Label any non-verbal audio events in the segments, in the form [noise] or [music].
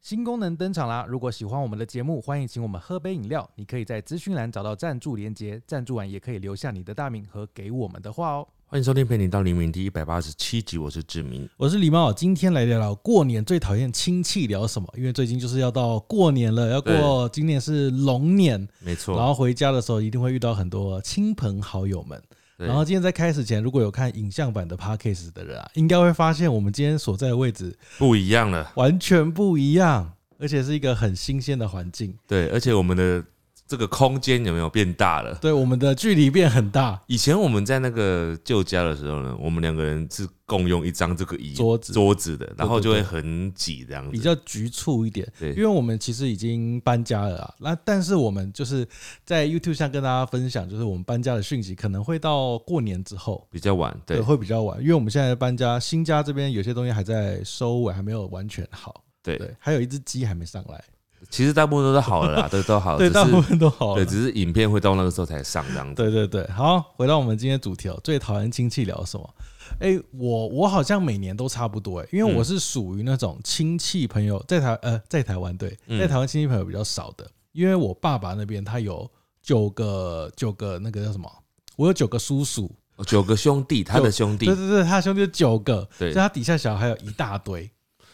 新功能登场啦！如果喜欢我们的节目，欢迎请我们喝杯饮料。你可以在资讯栏找到赞助连结，赞助完也可以留下你的大名和给我们的话哦。欢迎收听《陪你到黎明》第一百八十七集，我是志明。我是狸猫，今天来聊聊过年最讨厌亲戚聊什么，因为最近就是要到过年了，要过今年是龙年，没然错，后回家的时候一定会遇到很多亲朋好友们。对然后今天在开始前，如果有看影像版的 podcast 的人啊，应该会发现我们今天所在的位置不一样了。完全不一样，而且是一个很新鲜的环境。对，而且我们的这个空间有没有变大了？对，我们的距离变很大，以前我们在那个旧家的时候呢，我们两个人是共用一张这个椅桌子桌子的，然后就对会很挤这样比子。较局促一点。因对为我们其实已经搬家了啊，那但是我们就是在 YouTube 上跟大家分享，就是我们搬家的讯息可能会到过年之后，比较晚，对会比较晚，因为我们现在搬家，新家这边有些东西还在收尾，还没有完全好，对，对，还有一只鸡还没上来，其实大部分都是好 [laughs] 了啦，都都好，对，只大部是分都好对，了。只是影片会到那个时候才上这样子。对对对，好，回到我们今天主题哦，最讨厌亲戚聊什么？哎，我我好像每年都差不多哎，因为嗯我是属于那种亲戚朋友在台呃在台湾对，嗯在台湾亲戚朋友比较少的，因为我爸爸那边他有九个九个那个叫什么？我有九个叔叔，九个兄弟，他的兄弟对，对对，他兄弟有九个，所对以他底下小孩有一大堆，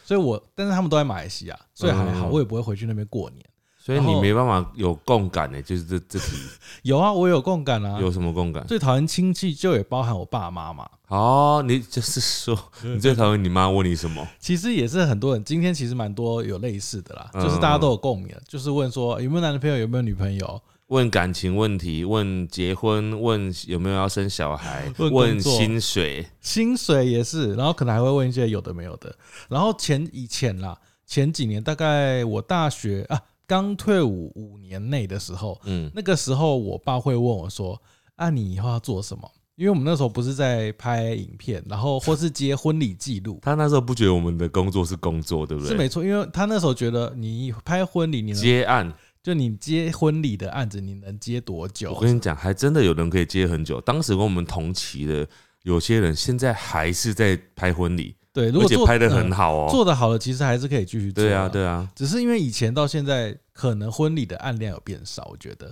所以我但是他们都在马来西亚，所以还好，嗯我也不会回去那边过年。所以然你后没办法有共感呢。就是这这题有啊，我有共感啊，有什么共感？最讨厌亲戚就也包含我爸妈嘛，哦，你就 [laughs] 是说嗯你最讨厌你妈问你什么？其实也是很多人，今天其实蛮多有类似的啦，嗯就是大家都有共鸣，就是问说有没有男朋友，有没有女朋友，，问感情问题，问结婚，问有没有要生小孩 [laughs] 问工问作薪水，薪水也是，然后可能还会问一些有的没有的。然后前以前啦，前几年大概我大学啊刚退伍五年内的时候，嗯，，那个时候我爸会问我说：“啊，你以后要做什么？”因为我们那时候不是在拍影片，然后或是接婚礼记录他那时候不觉得我们的工作是工作，对不是对？没错。因为他那时候觉得你拍婚礼，你能接案，就你接婚礼的案子，你能接多久？我跟你讲，还真的有人可以接很久。当时跟我们同期的有些人，现在还是在拍婚礼，对，如而果且做拍的很呃好哦、做的好的其实还是可以继续做。对啊，，[laughs] 对啊，只是因为以前到现在，可能婚礼的案量有变少，我觉得。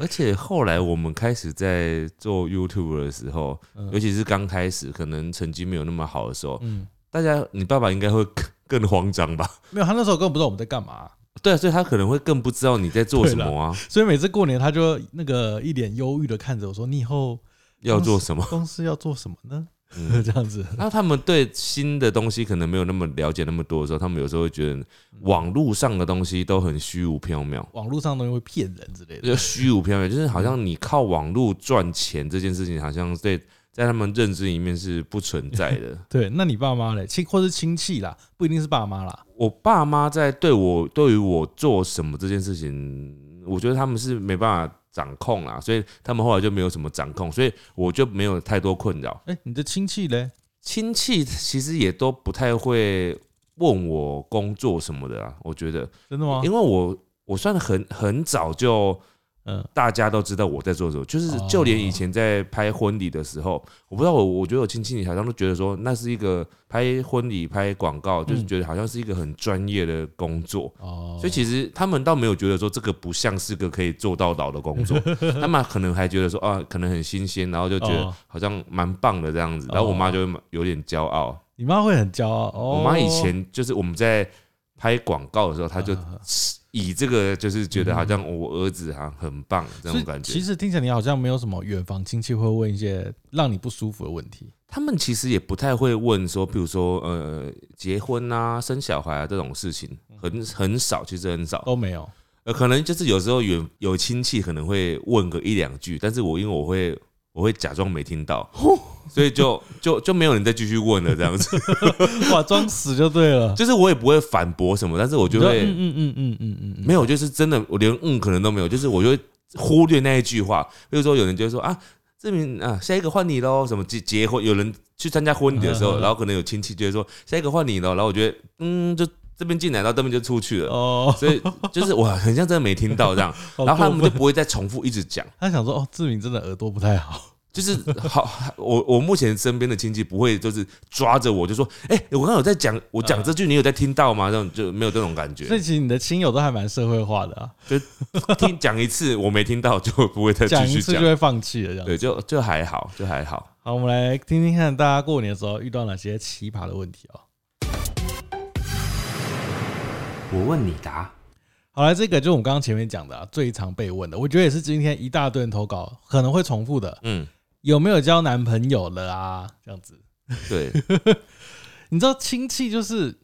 而且后来我们开始在做 YouTube 的时候，嗯尤其是刚开始，可能成绩没有那么好的时候，嗯，大家，你爸爸应该会 [laughs] 更更慌张吧？没有，他那时候根本不知道我们在干嘛、对啊，所以他可能会更不知道你在做对什么啊，所以每次过年他就那个一脸忧郁的看着我说：“你以后要做什 [laughs] 么。公司要做什么呢？” [laughs] 嗯这样子，那他们对新的东西可能没有那么了解那么多的时候，他们有时候会觉得网络上的东西都很虚无缥缈，网络上的东西会骗人之 [laughs] 类的。就虚无缥缈，就是好像你靠网络赚钱这件事情，好像对在他们认知里面是不存在的。对，那你爸妈嘞，亲或是亲戚啦，不一定是爸妈啦。我爸妈在对我对于我做什么这件事情，我觉得他们是没办法掌控啦，所以他们后来就没有什么掌控，所以我就没有太多困扰。哎、你的亲戚嘞？亲戚其实也都不太会问我工作什么的啊，我觉得，真的吗因？为我我算很很早就嗯，大家都知道我在做什么，就是哦就连以前在拍婚礼的时候，我不知道我我觉得我亲戚好像都觉得说那是一个拍婚礼拍广告，就是嗯觉得好像是一个很专业的工作，哦，所以其实他们倒没有觉得说这个不像是个可以做到老的 [laughs] 工作，他们可能还觉得说啊，可能很新鲜，然后就觉得哦好像蛮棒的这样子。然后我妈就会有点骄傲，你妈会很骄傲。哦、我妈以前就是我们在拍广告的时候，她就啊啊以这个就是觉得好像我儿子好像很棒这所种以感觉其。实听起来你好像没有什么远房亲戚会问一些让你不舒服的问题。他们其实也不太会问说，比如说呃结婚啊、生小孩啊这种事情，嗯很很少，其实很少。都没有。呃，可能就是有时候有有亲戚可能会问个一两句，但是我因为我会我会假装没听到，所以就就就没有人再继续问了这样子。 [laughs] 哇，装死就对了。就是我也不会反驳什么，但是我就嗯会嗯嗯嗯嗯嗯嗯，没有，就是真的我连嗯可能都没有，就是我就会忽略那一句话。比如说有人就会说啊，志明啊，下一个换你喽，什么结结婚，有人去参加婚礼的嗯时嗯候，嗯然后可能有亲戚就会说下一个换你喽，然后我觉得嗯，就这边进来，然后这边就出去了。哦，所以就是我很像真的没听到这样， [laughs] 好然后他过们分就不会再重复一直讲，他想说哦，志明真的耳朵不太好，就是好，我我目前身边的亲戚不会就是抓着我就说，哎、我刚刚有在讲，我讲这句你有在听到吗？这种就没有这种感觉嗯所，以其实你的亲友都还蛮社会化的啊，听讲一次我没听到就不会再讲 [laughs] 继一续次就讲，会放弃了这样。对，就就还好，就还好。好，我们来听听看大家过年的时候遇到哪些奇葩的问题哦。我问你答，好来，这个就是我们刚刚前面讲的、啊、最常被问的，我觉得也是今天一大堆人投稿可能会重复的，嗯，有没有交男朋友了啊？这样子， [laughs] 对，你知道亲戚就是，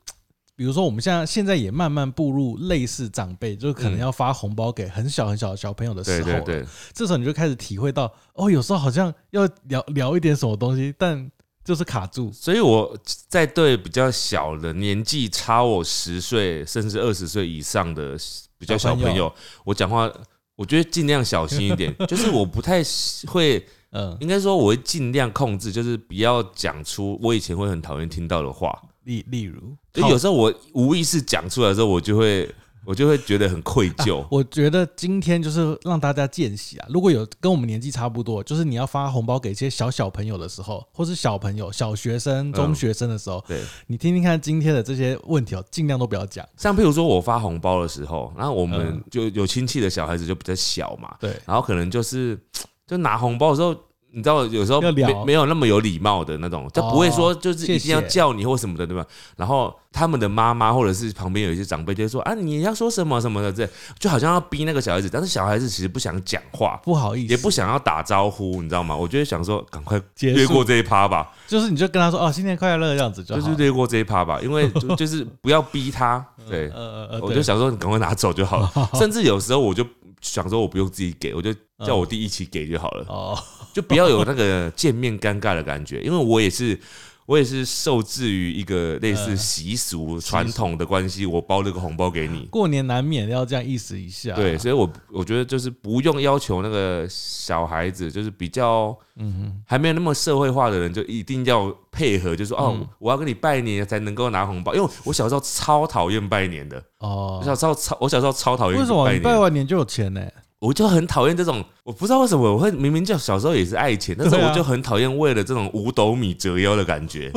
比如说我们现在现在也慢慢步入类似长辈，就是可能嗯要发红包给很小很小的小朋友的时对候了，对对，这时候你就开始体会到，哦，有时候好像要聊聊一点什么东西，但就是卡住。所以我在对比较小的年纪差我十岁甚至二十岁以上的比较小小朋朋友，我讲话我觉得尽量小心 [laughs] 一点，就是我不太会，嗯，应该说我会尽量控制，就是不要讲出我以前会很讨厌听到的话。例例如，就有时候我无意识讲出来的时候，我就会我就会觉得很愧疚。我觉得今天就是让大家见习啊，如果有跟我们年纪差不多，就是你要发红包给一些小小朋友的时候，或是小朋友、小学生、嗯中学生的时候，对，你听听看今天的这些问题哦，尽量都不要讲。像譬如说我发红包的时候，然后我们嗯就有亲戚的小孩子就比较小嘛，对，然后可能就是就拿红包的时候，你知道有时候要聊哦没没有那么有礼貌的那种，就不会说就是谢谢一定要叫你或什么的，对吧？然后他们的妈妈或者是旁边有一些长辈就会说啊，你要说什么什么的，这就好像要逼那个小孩子，但是小孩子其实不想讲话。不好意思，也不想要打招呼，你知道吗？我就会想说，赶快结束越过这一趴吧，就是你就跟他说哦，新年快乐这样子 [laughs] 就就好。是对，略过这一趴吧，因为 [laughs] 就就是不要逼他。对，呃呃，我对就想说你赶快拿走就好 [laughs] 了。甚至有时候我就想说我不用自己给，我就叫嗯我弟一起给就好了，哦，就不要有那个见面尴尬的感觉。因为我也是，我也是受制于一个类似嗯习俗传统的关系，我包了个红包给你。过年难免要这样意思一下。对，所以我我觉得就是不用要求那个小孩子，就是比较嗯还没有那么社会化的人，就一定要配合，就说哦，嗯我要跟你拜年才能够拿红包。因为我小时候超讨厌拜年的，哼，哦我，小时候超我小时候超讨厌为什么拜你年，拜完年就有钱呢？我就很讨厌这种，我不知道为什么我会明明就小时候也是爱钱，但是对啊我就很讨厌为了这种五斗米折腰的感 [laughs] 觉。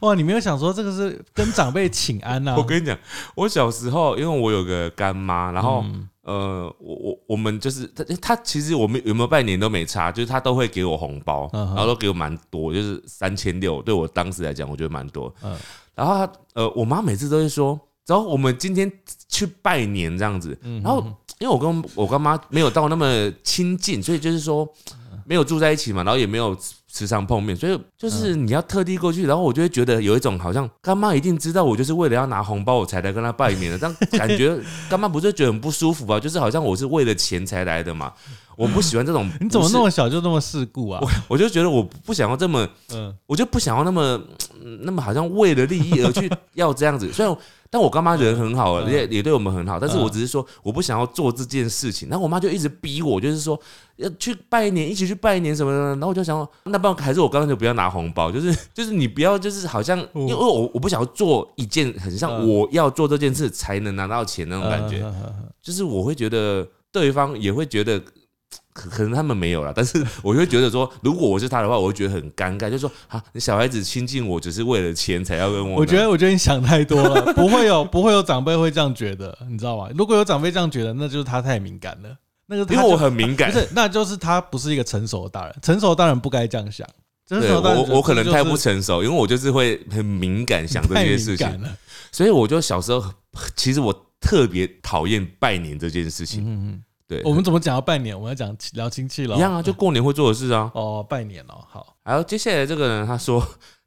哇，哦你没有想说这个是跟长辈请安啊呐 [laughs] ？我跟你讲，我小时候因为我有个干妈，然后、嗯呃，我我我们就是她她其实我们有没有拜年都没差，就是她都会给我红包，嗯哼然后都给我蛮多，就是三千六，对我当时来讲我觉得蛮多。嗯然后她呃，我妈每次都会说，然后我们今天去拜年这样子，嗯哼，然后因为我跟我干妈没有到那么亲近，所以就是说没有住在一起嘛，然后也没有时常碰面，所以就是你要特地过去，然后我就会觉得有一种好像干妈一定知道我就是为了要拿红包我才来跟她拜年的，但感觉干妈不是觉得很不舒服吧？就是好像我是为了钱才来的嘛，我不喜欢这种 [laughs] 你怎么那不啊么是？小就那么世故啊？我就觉得我不想要这么，嗯，我就不想要那么嗯那么好像为了利益而去要这样子。 [laughs] 虽然但我干妈人很好，啊嗯也也对我们很好，但是嗯我只是说我不想要做这件事情。然后我妈就一直逼我，就是说要去拜年，一起去拜年什么的。然后我就想说，那不然还是我干脆不要拿红包，就是就是你不要就是好像，嗯因为我我不想要做一件很像嗯我要做这件事才能拿到钱 [laughs] 那种感觉。嗯嗯嗯嗯就是我会觉得对方也会觉得，可可能他们没有啦，但是我就会觉得说，如果我是他的话，我会觉得很尴尬，就说啊，你小孩子亲近我只是为了钱才要跟我。我觉得，我觉得你想太多了，不会有， [laughs] 不会有长辈会这样觉得，你知道吗？如果有长辈这样觉得，那就是他太敏感了，那个因为我很敏感不，是，那就是他不是一个成熟的大人，成熟的大人不该这样想，成对熟的大人我我可能就是太不成熟，因为我就是会很敏感想这太些敏事感情，了，所以我就小时候其实我特别讨厌拜年这件事情。嗯嗯对嗯，，我们怎么讲到拜年？我们要讲亲聊亲戚了，一样啊，就过年会做的事啊。哦，拜年哦，好，还有接下来这个人，他说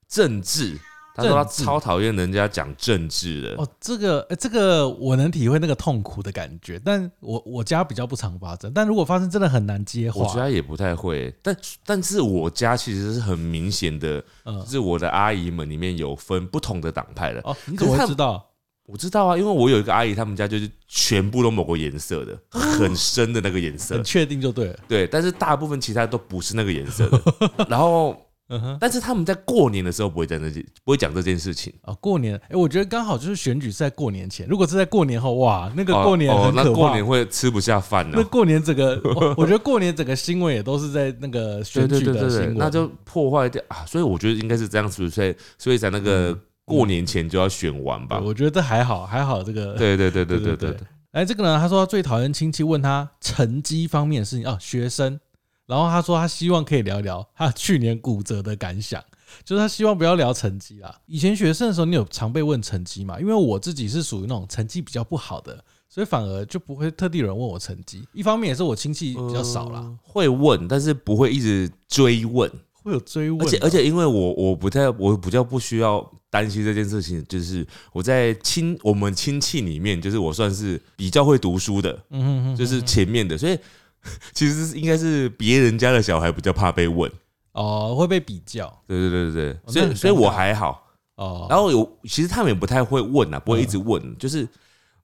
政治，他说他政治超讨厌人家讲政治的。哦，这个呃这个我能体会那个痛苦的感觉，但我我家比较不常发生，但如果发生真的很难接我话，家也不太会，但但是我家其实是很明显的，嗯就，是我的阿姨们里面有分不同的党派的。哦，你怎么可是会他知道？我知道啊，因为我有一个阿姨，他们家就是全部都某个颜色的，很深的那个颜色很。确定就对了， [laughs] 对，但是大部分其他都不是那个颜色的。然后嗯哼，但是他们在过年的时候不会讲这件，不会讲这件事情。啊，过年，哎、我觉得刚好就是选举是在过年前，如果是在过年后，哇，那个哦过年哦很，那可过怕。年会吃不下饭呢、那过年整个，哦我觉得过年整个新闻也都是在那个选对对举对的对新对闻，，那就破坏掉啊！所以我觉得应该是这样子，所以所以才那个嗯过年前就要选完吧对。我觉得这还好，还好这个。对对对对对对对对对。哎，这个呢，他说他最讨厌亲戚问他成绩方面的事情啊，学生。然后他说他希望可以聊一聊他去年骨折的感想，就是他希望不要聊成绩啦。以前学生的时候，你有常被问成绩吗？因为我自己是属于那种成绩比较不好的，所以反而就不会特地有人问我成绩。一方面也是我亲戚比较少啦，呃会问，但是不会一直追问，会有追问而啊，且而且，因为我我不太，我比较不需要担心这件事情，就是我在亲我们亲戚里面，就是我算是比较会读书的，嗯哼哼就是前面的，所以 [laughs] 其实是应该是别人家的小孩比较怕被问，哦会被比较对对对对哦对，那所很以尴尬所以我还好，哦，嗯然后有其实他们也不太会问啊，不会一直问，就是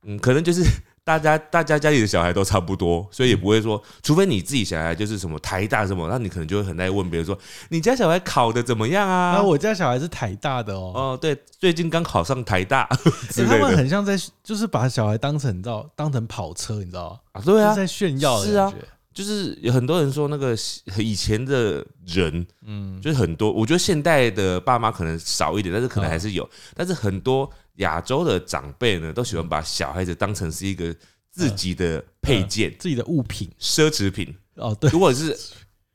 嗯，可能就是 [laughs] 大家大家家里的小孩都差不多，所以也不嗯会说，除非你自己小孩就是什么台大什么，那你可能就会很爱问别人说你家小孩考的怎么样啊？啊我家小孩是台大的哦，哦，对，最近刚考上台 [laughs] 大之欸他类们的很像在就是把小孩当成你知道当成跑车，你知道吗？啊，对就是啊，在炫耀的是啊感觉就是有很多人说那个以前的人，嗯，就是很多，我觉得现代的爸妈可能少一点，但是可能还是有，但是很多亚洲的长辈呢，都喜欢把小孩子当成是一个自己的配件、自己的物品奢侈品。哦，对，如果是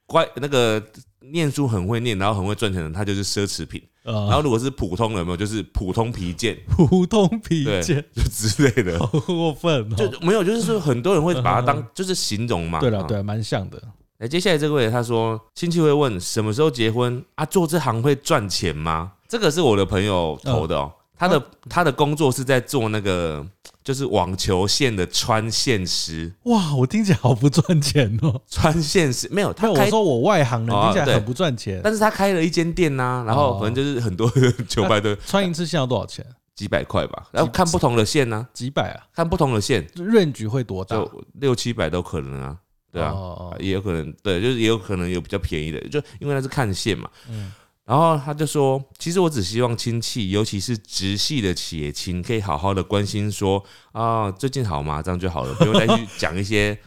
乖那个念书很会念，然后很会赚钱的人，他就是奢侈品；呃，然后如果是普通人，有没有就是普通皮件，普通皮对，件，就之类的。好过分哦，就没有，就是说很多人会把它当就是形容嘛。嗯对了啊对了，蛮像的，那哎接下来这位他说，亲戚会问什么时候结婚啊？做这行会赚钱吗？这个是我的朋友投的嗯哦、他的他的工作是在做那个就是网球线的穿线师，哇，我听起来好不赚钱哦。穿线师没有没他有，我开，说我外行人哦听起来对很不赚钱，但是他开了一间店呐、然哦后反正就是很多九百多穿一次线要多少钱？几百块吧，然后看不同的线呢、几百啊？看不同的线润局会多大？就六七百都可能啊，对啊。哦啊哦也有可能，对，就是也有可能有比较便宜的，就因为那是看线嘛。嗯然后他就说，其实我只希望亲戚，尤其是直系的血亲，可以好好的关心说啊，最近好吗？这样就好了，不用再去讲一些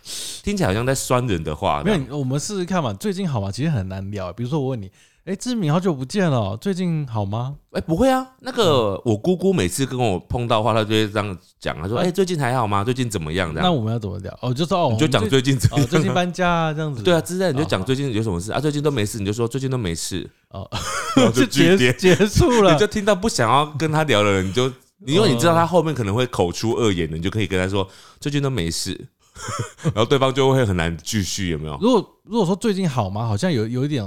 听起来好像在酸人的话。没有这样，我们试试看嘛。最近好吗？其实很难聊。比如说我问你，哎，志明好久不见了，最近好吗？哎、不会啊。那嗯个我姑姑每次跟我碰到的话，她就会这样讲，她说，哎、最近还好吗？最近怎么样？这那样我们要怎么聊？哦，就说哦，你就我们讲最近怎么哦，样最近搬家啊，这样子。 [laughs] 对啊，，之类的你就哦讲最近有什么事啊？最近都没事，你就说最近都没事，哦，然后就句结点结束了你就。听到不啊嗯想要跟他聊的人，你就你因为你知道他后面可能会口出恶言的，你就可以跟他说最近都没事， [laughs] 然后对方就会很难继续，有没有？如果如果说最近好吗？好像有有一点，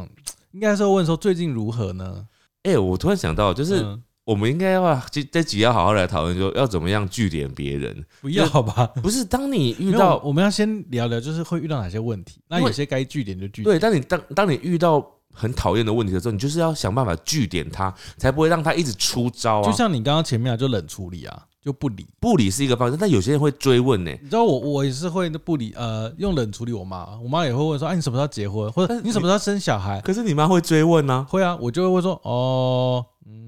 应该是要问说最近如何呢？哎、我突然想到，就是嗯我们应该要这这集要好好来讨论，说要怎么样据点别 [laughs] 人。不要吧？不是，当你遇没有到我们要先聊聊，就是会遇到哪些问题。那因为有些该据点就据点。对，当你当当你遇到很讨厌的问题的时候，你就是要想办法据点他，才不会让他一直出招啊。就像你刚刚前面啊，就冷处理啊，就不理。不理是一个方式，但有些人会追问呢、你知道我我也是会不理，呃，用冷处理我妈，我妈也会问说，哎、你什么时候结婚，或者但是你什么时候生小孩？可是你妈会追问啊，会啊，我就会问说，哦，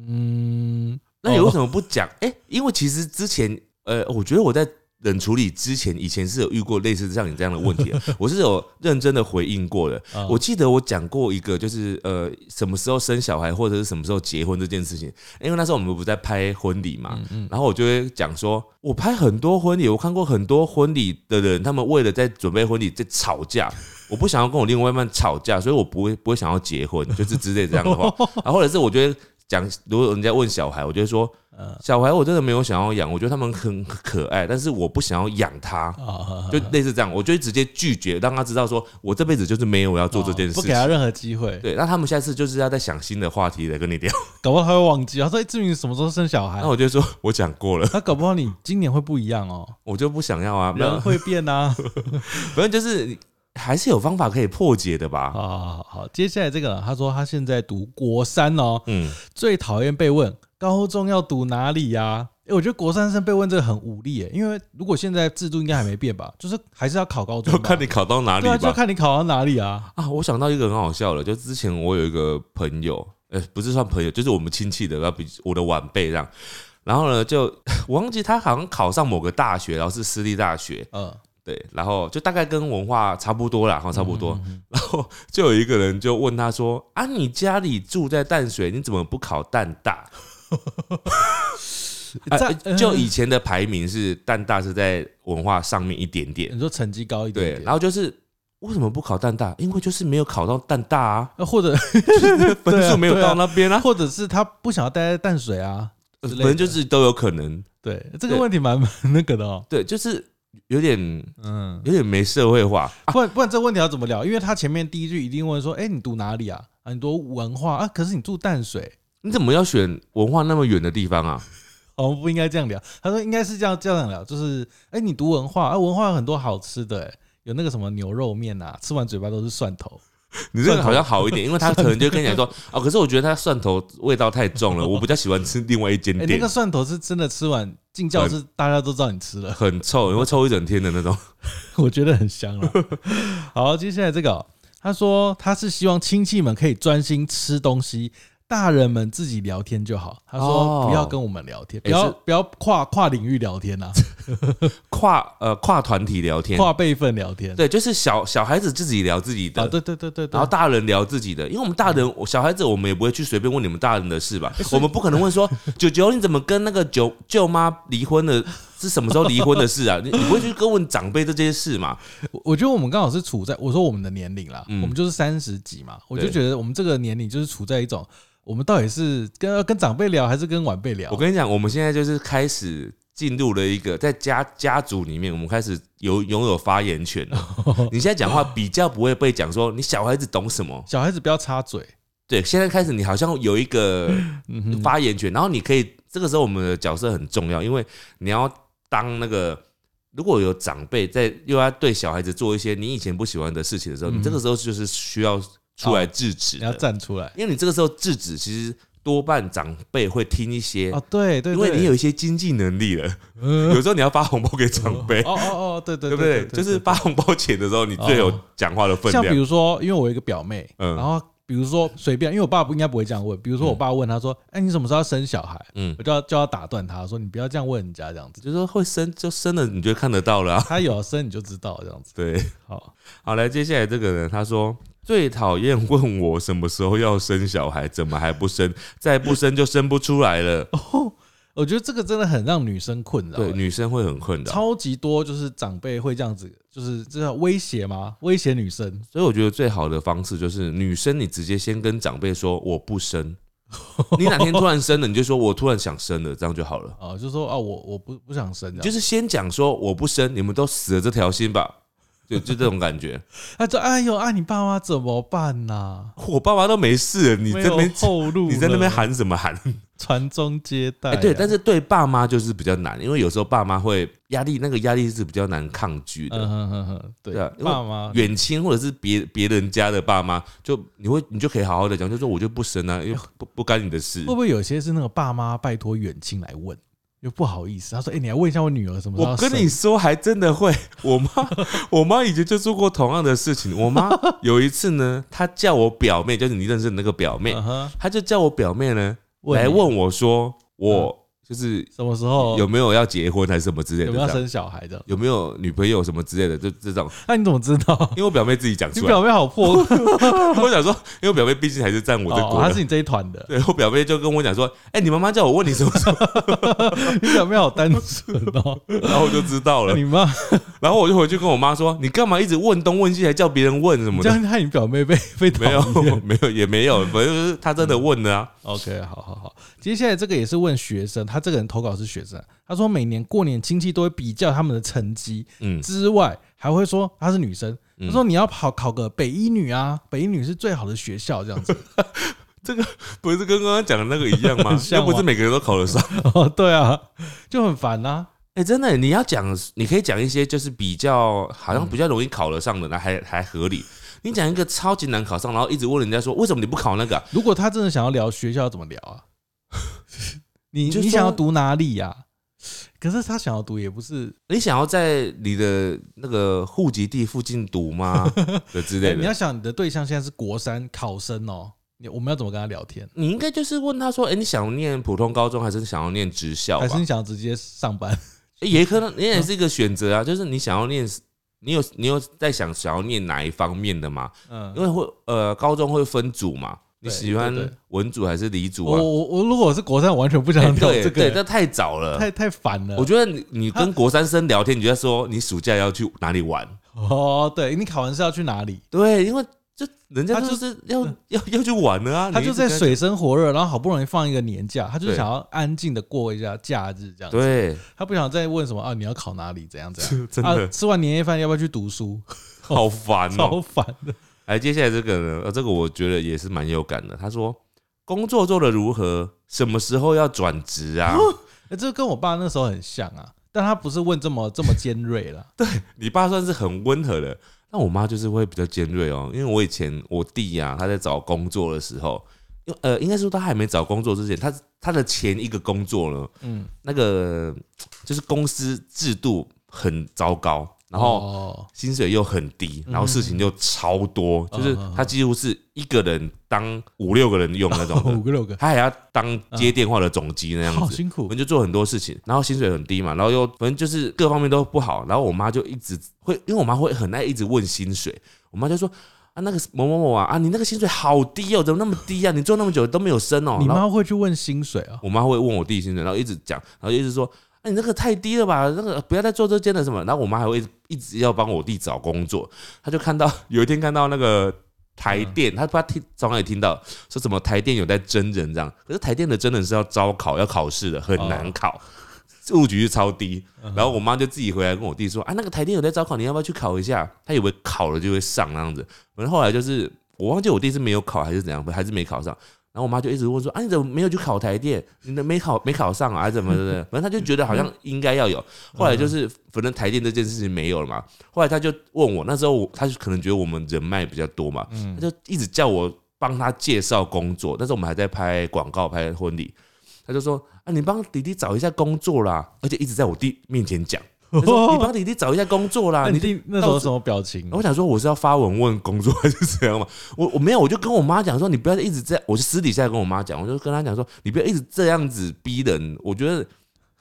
嗯，那你为什么？么不讲？哎、因为其实之前，呃，我觉得我在冷处理之前，以前是有遇过类似像你这样的问题的，我是有认真的回应过的。嗯我记得我讲过一个，就是呃，什么时候生小孩或者是什么时候结婚这件事情，因为那时候我们不在拍婚礼嘛，然后我就会讲说，我拍很多婚礼，我看过很多婚礼的人，他们为了在准备婚礼在吵架。我不想要跟我另外一半吵架，所以我不会不会想要结婚，就是之类这样的话。啊，或者是我觉得讲，如果人家问小孩，我就会说，嗯小孩我真的没有想要养，我觉得他们很可爱，但是我不想要养他，啊，就类似这样，我就会直接拒绝，让他知道说我这辈子就是没有要做这件事哦不给他情。任何机会，对，那他们下次就是要再想新的话题来跟你聊。搞不好他会忘记。他说：“哎，志明什么时候生小孩那？”我就说，我讲过了，他搞不好你今年会不一样哦，我就不想要啊。没有人会变啊。反正就是还是有方法可以破解的吧。好好 [laughs] 好好，接下来这个呢，他说他现在读国三哦，嗯，最讨厌被问高中要读哪里呀、哎、我觉得国三生被问这个很无力、欸，因为如果现在制度应该还没变吧，就是还是要考高中就吧，看你考到哪里对啊，就吧。看你考到哪里啊。啊，我想到一个很好笑的，就之前我有一个朋友，呃，不是算朋友，就是我们亲戚的，要比我的晚辈这样。然后呢，就我忘记他好像考上某个大学，然后是私立大学，嗯，对，然后就大概跟文化差不多啦，哈，差不多。嗯然后就有一个人就问他说：“啊，你家里住在淡水，你怎么不考淡大？”啊在嗯就以前的排名是淡大是在文化上面一点点， [laughs] 你说成绩嗯高一点对，点，然后就是为什么不考淡大？因为就是没有考到淡大啊，那 [laughs] 或者分数没有到那边啊，或者是他不想要待在淡水啊，呃之反类的正就是都有可能。对，这个对问题蛮那个的哦。对，就是有点嗯，有点没社会化啊。不然不然这个问题要怎么聊？因为他前面第一句一定问说，哎、你读哪里啊？啊，你读文化啊？可是你住淡水，你怎么要选文化那么远的地方啊？我哦们不应该这样聊。他说应该是这样这样聊，就是哎、你读文化啊，文化有很多好吃的、哎有那个什么牛肉面啊，吃完嘴巴都是蒜头。 [laughs] 你这个好像好一点，因为他可能就跟你讲说， [laughs] 哦，可是我觉得他蒜头味道太重了，我比较喜欢吃另外一间哎、那店个，蒜头是真的吃完进教室，大家都知道你吃了，很臭，你会臭一整天的那种。 [laughs] 我觉得很香 [laughs] 了。好，接下来这个哦、他说他是希望亲戚们可以专心吃东西。大人们自己聊天就好。他说哦不要跟我们聊天，哎不要是不要跨跨领域聊天啊，跨呃跨哦团体聊天，跨辈分聊天。对，就是小小孩子自己聊自己的，啊，对对对对对。然后大人聊自己的，因为我们大人，我小孩子我们也不会去随便问你们大人的事吧？我们不可能问说 [laughs] 九九你怎么跟那个舅舅妈离婚的，是什么时候离婚的事啊？你你不会去跟问长辈这件事嘛？我我觉得我们刚好是处在我说我们的年龄啦，嗯我们就是三十几嘛，我就对觉得我们这个年龄就是处在一种我们到底是跟呃要跟长辈聊还是跟晚辈聊我？跟你讲，我们现在就是开始进入了一个在家家族里面，我们开始有拥有发言权了。你现在讲话比较不会被讲说你小孩子懂什么？小孩子不要插嘴，对，现在开始你好像有一 [laughs] 个嗯哼，发言权，然后你可以这个时候我们的角色很重要，因为你要当那个如果有长辈在又要对小孩子做一些你以前不喜欢的事情的时候，嗯你这个时候就是需要出来制止你的，要站出来因为你这个时候制止，其实多半长辈会听一些，哦，对对，因为对你有一些经济能力了，嗯有时候你要发红包给长辈，哦哦哦，对对对不对？哦就是发红包钱的时候，你最有讲话的分像比量。如说，因为我有一个表妹，嗯然后比如说随便，因为我爸不应该不会这样问，比如说我爸问他说：“哎，你什么时候要生小孩？”嗯，我就要就要打断他说：“你不要这样问人家这样子，就是说会生就生了，你就看得到了、啊。他有要生你就知道这样子。对，”好，好，来，接下来这个人他说最讨厌问我什么时候要生小孩，怎么还不生？再不生就生不出来 [laughs] 了。我觉得这个真的很让女生困扰。哦欸对，女生会很困扰，超级多，就是长辈会这样子，就是这叫威胁吗？威胁女生，所以我觉得最好的方式就是女生你直接先跟长辈说我不 [laughs] 生，你哪天突然生了，你就说我突然想生了，这样就好 [laughs] 了。啊，就说啊，我我不不想生这样，就是先讲说我不生，你们都死了这条心吧，就就这种感觉。他说，哎呦，啊，你爸妈怎么办呐、 [laughs] 我爸妈都没事了，你没这有边后路了， [laughs] 你在那边喊什么喊？传宗接代、啊哎、对，但是是对爸妈就是比较难，因为有时候爸妈会压力，那个压力是比较难抗拒嗯的。哼哼哼，对，对啊因为爸妈远亲或者是别别人家的爸妈，就你会你就可以好好的讲，就说我就不生啊，因为不不干你的事会。不会有些是那个爸妈拜托远亲来问，又不好意思，他说，哎、你来问一下我女儿什么时候我要跟生？你说，还真的会。我妈， [laughs] 我妈以前就做过同样的事情。我 [laughs] 妈有一次呢，她叫我表妹，就是你认识的那个表妹嗯，哼，她就叫我表妹呢问你来问我说，我就是什么时候有没有要结婚还是什么之类有的没有要这样，生小孩的？有没有女朋友什么之类的，就这种。那、你怎么知道 [laughs] 因？为我表妹自己讲你出来，表妹好破格我想说，因为我表妹毕竟还是占我这哦，国她的。是你这一团的， [laughs] 对我表妹就跟我讲说：“哎、你妈妈叫我问你什么时候你表妹好单纯哦，？”然后我就知道了你。妈。然后我就回去跟我妈说：“你干嘛一直问东问西，还叫别人问什么这的样害你表妹 [laughs] 被被？”没有讨厌，没有，也没有，反正就是她真的问了啊。 [laughs] OK，好好好。接下来这个也是问学生，他这个人投稿是学生，他说每年过年亲戚都会比较他们的成绩，嗯，之外还会说她是女生，嗯他说你要考考个北一女啊，北一女是最好的学校这样 [laughs] 子。不是跟刚刚讲的那个一样吗很？像又吗不是每个人都考得上。哦，对啊，就很烦啊呐、哎、真的，你要讲，你可以讲一些就是比较好像比较容易考得上的，那还还合理。你讲一个超级难考上，然后一直问人家说为什么你不考那个啊、 [laughs] 如果他真的想要聊学校，怎么聊啊？你就你说想要读哪里呀、啊可是他想要读也不是，你想要在你的那个户籍地附近 [laughs] 读吗？的之类哎你要的。想你的对象现在是国三考生哦，你我们要怎么跟他聊天？你应该就是问他说：“哎、你想念普通高中还是想要念职校吧还是你想要直接上班？？”诶也可能你也是一个选嗯择啊，就是你想要念，你有你有在想想要念哪一方面的吗？嗯因，为会呃，高中会分组嘛，你对喜欢对对文组还是理 [laughs] 组我啊？我我如果我是国三，我完全不想诶聊哎对 [laughs] 这对，个，那太早了。太太烦了。我觉得你你跟国三生聊天，你就在说你暑假要去哪里玩？哦，对你考完试要去哪里？对，因为就人家他就就是要 [laughs] 要要去玩了啊，他你就一直跟在水深火热，然后好不容易放一个年假，他就是对想要安静的过一下假日这样。，对，他不想再问什么啊，你要考哪里？怎样怎样？ [laughs] 真啊，的吃完年夜饭要不要去读书？ [laughs] 好烦哦、超烦的。哎，接下来这个呢，呃，这个我觉得也是蛮有感的。他说，工作做的如何？什么时候要转职啊？欸这跟我爸那时候很像啊，但他不是问这么这么尖锐 [laughs] 啦。你爸算是很温和的，但我妈就是会比较尖锐哦。因为我以前我弟呀、他在找工作的时候，因为呃，应该是说他还没找工作之前，他他的前一个工作呢，嗯，那个就是公司制度很糟糕，然后哦薪水又很低，然后事情又超多，嗯就是他几乎是一个人当五六个人用那 [laughs] 种五的，个六个，他还要当接电话的总机那样哦好子。辛我苦们就做很多事情，然后薪水很低嘛，然后又反正就是各方面都不好，然后我妈就一直会，因为我妈会很爱一直问薪水，我妈就说啊那个某某某啊啊你那个薪水好低哦，怎么那么低啊？你做那么久都没有升哦。 [laughs] 你然后妈会去问薪水啊？我妈会问我弟薪水，然后一直讲，然后一直说：“啊，你那个太低了吧，那个呃不要再做这件了什么。”然后我妈还会一直要帮我弟找工作。她就看到 [laughs] 有一天看到那个台电，她不知道听从哪里听到说什么台电有在真人这样，可是台电的真人是要招考要考试的，很难考。录取率超低，然后我妈就自己回来跟我弟说：“啊，那个台电有在招考，你要不要去考一下？”他以为考了就会上那样子，反正后来就是我忘记我弟是没有考还是怎样，还是没考上。然后我妈就一直问说：“啊，你怎么没有去考台电？你的没考没考上啊？啊怎么的？反正她就觉得好像应该要有。后来就是反正台电这件事情没有了嘛。后来她就问我，那时候我她就可能觉得我们人脉比较多嘛，她就一直叫我帮她介绍工作。那时候我们还在拍广告、拍婚礼，她就说：啊，你帮弟弟找一下工作啦！而且一直在我弟面前讲，她说你帮弟弟找一下工作啦！那你你嗯弟那时候什么表情然后？我想说我是要发文问工作还是怎样嘛？我我没有，我就跟我妈讲说，你不要一直这样，我就私底下跟我妈讲，我就跟她讲说，你不要一直这样子逼人。我觉得，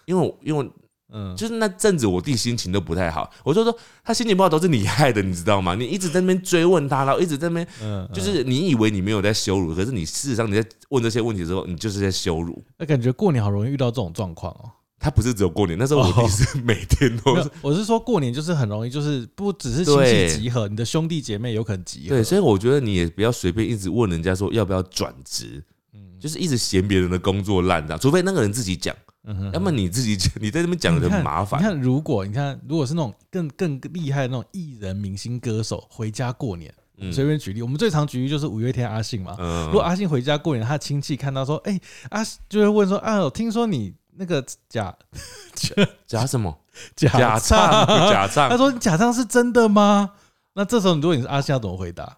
因为我因为我嗯，就是那阵子我弟心情都不太好，我就说他心情不好都是你害的，你知道吗？你一直在那边追问他，然后一直在那边，嗯，嗯就是你以为你没有在羞辱，可是你事实上你在问这些问题的时候，你就是在羞辱。那感觉过年好容易遇到这种状况哦。他不是只有过年，那时候我弟是每天都没是有我是说过年就是很容易，就是不只是亲对戚集合，你的兄弟姐妹有可能集合。对，所以我觉得你也不要随便一直问人家说要不要转职，就是一直嫌别人的工作烂的，除非那个人自己讲，嗯哼，要么你自己讲，你在那边讲你的看很麻你烦。看，如果你看，如果是那种更更厉害的那种艺人、明星、歌手回家过年，嗯随便举例，我们最常举例就是五月天阿信嘛。嗯如果阿啊信回家过年，他亲戚看到说，哎、阿信就会问说，啊，我听说你那个假假假什么？假假唱，[laughs] 他假唱，说你假唱是真的吗？那这时候，如果你是阿信，要怎么回答？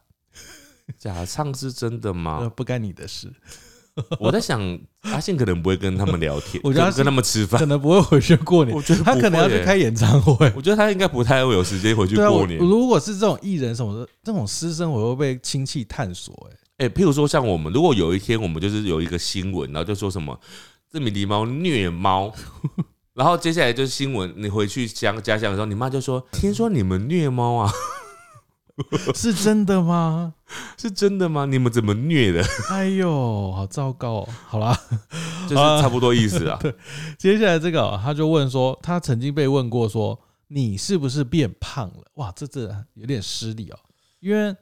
假唱是真的呃，吗？不干你的事， [laughs] 我在想，阿信可能不会跟他们聊 [laughs] 天，我觉得阿跟信跟他们吃可饭。能不会回去过年我，觉得他可能要不去会欸开演唱会。 [laughs] 我觉得他应该不太会有时间回去对啊，我过年。如果是这种艺人什么的，这种私生活会被亲戚探索、欸，哎、譬如说像我们，如果有一天我们就是有一个新闻，然后就说什么这米狸猫虐 [laughs] 猫，然后接下来就是新闻，你回去乡家乡的时候，你妈就说：“听说你们虐猫啊， [laughs] 是真的吗？是真的吗？你们怎么虐 [laughs] 的？”哎呦，好糟糕、哦！好啦， [laughs] 就是差不多意思啊。接下来这个哦、他就问说，他曾经被问过说，你是不是变胖了？哇，这这有点失礼哦，因为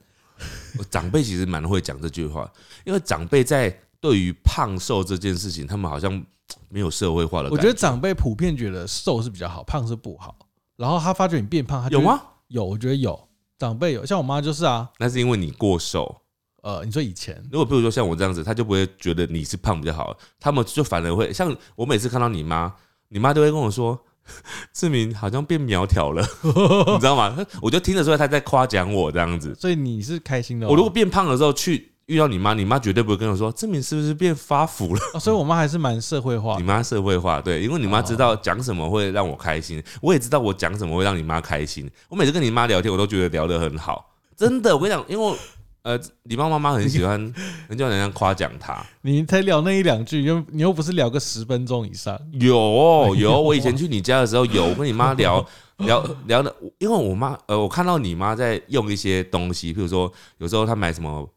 长辈其实蛮会讲这句话，因为长辈在对于胖瘦这件事情，他们好像没有社会化的我感觉得长辈普遍觉得瘦是比较好，胖是不好。然后他发觉你变胖，他就有？吗？有，我觉得有。长辈有，像我妈就是啊，那是因为你过瘦。呃，你说以前如果比如说像我这样子，他就不会觉得你是胖比较好，他们就反而会像我每次看到你妈，你妈都会跟我说， [laughs] 志明好像变苗条了， [laughs] 你知道吗？我就听得出来他在夸奖我这样子。所以你是开心的哦、我如果变胖的时候去遇到你妈，你妈绝对不会跟我说志敏是不是变发福了。 [laughs] 哦所以我妈还是蛮社会化你的。妈社会化，对，因为你妈知道讲什么会让我开心，我也知道我讲什么会让你妈开心。我每次跟你妈聊天，我都觉得聊得很好，真的。我跟你讲，因为呃，李妈妈妈很喜欢，很喜欢人家夸奖她。你才聊那一两句，又你又不是聊个十分钟以上，有有，我以前去你家的时候有，我跟你妈 [laughs] 聊聊聊的，因为我妈呃，我看到你妈在用一些东西，譬如说有时候她买什么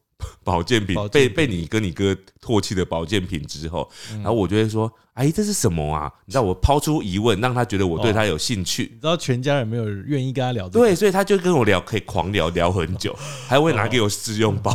保健品保，健品被嗯被你跟你哥唾弃的保健品之后，然后我就会说，阿姨这是什么啊？你知道我抛出疑问，让她觉得我哦对她有兴趣。你知道全家人没有人愿意跟他聊这对，个。所以她就跟我聊，可以狂聊聊很久，还会拿给我试用包。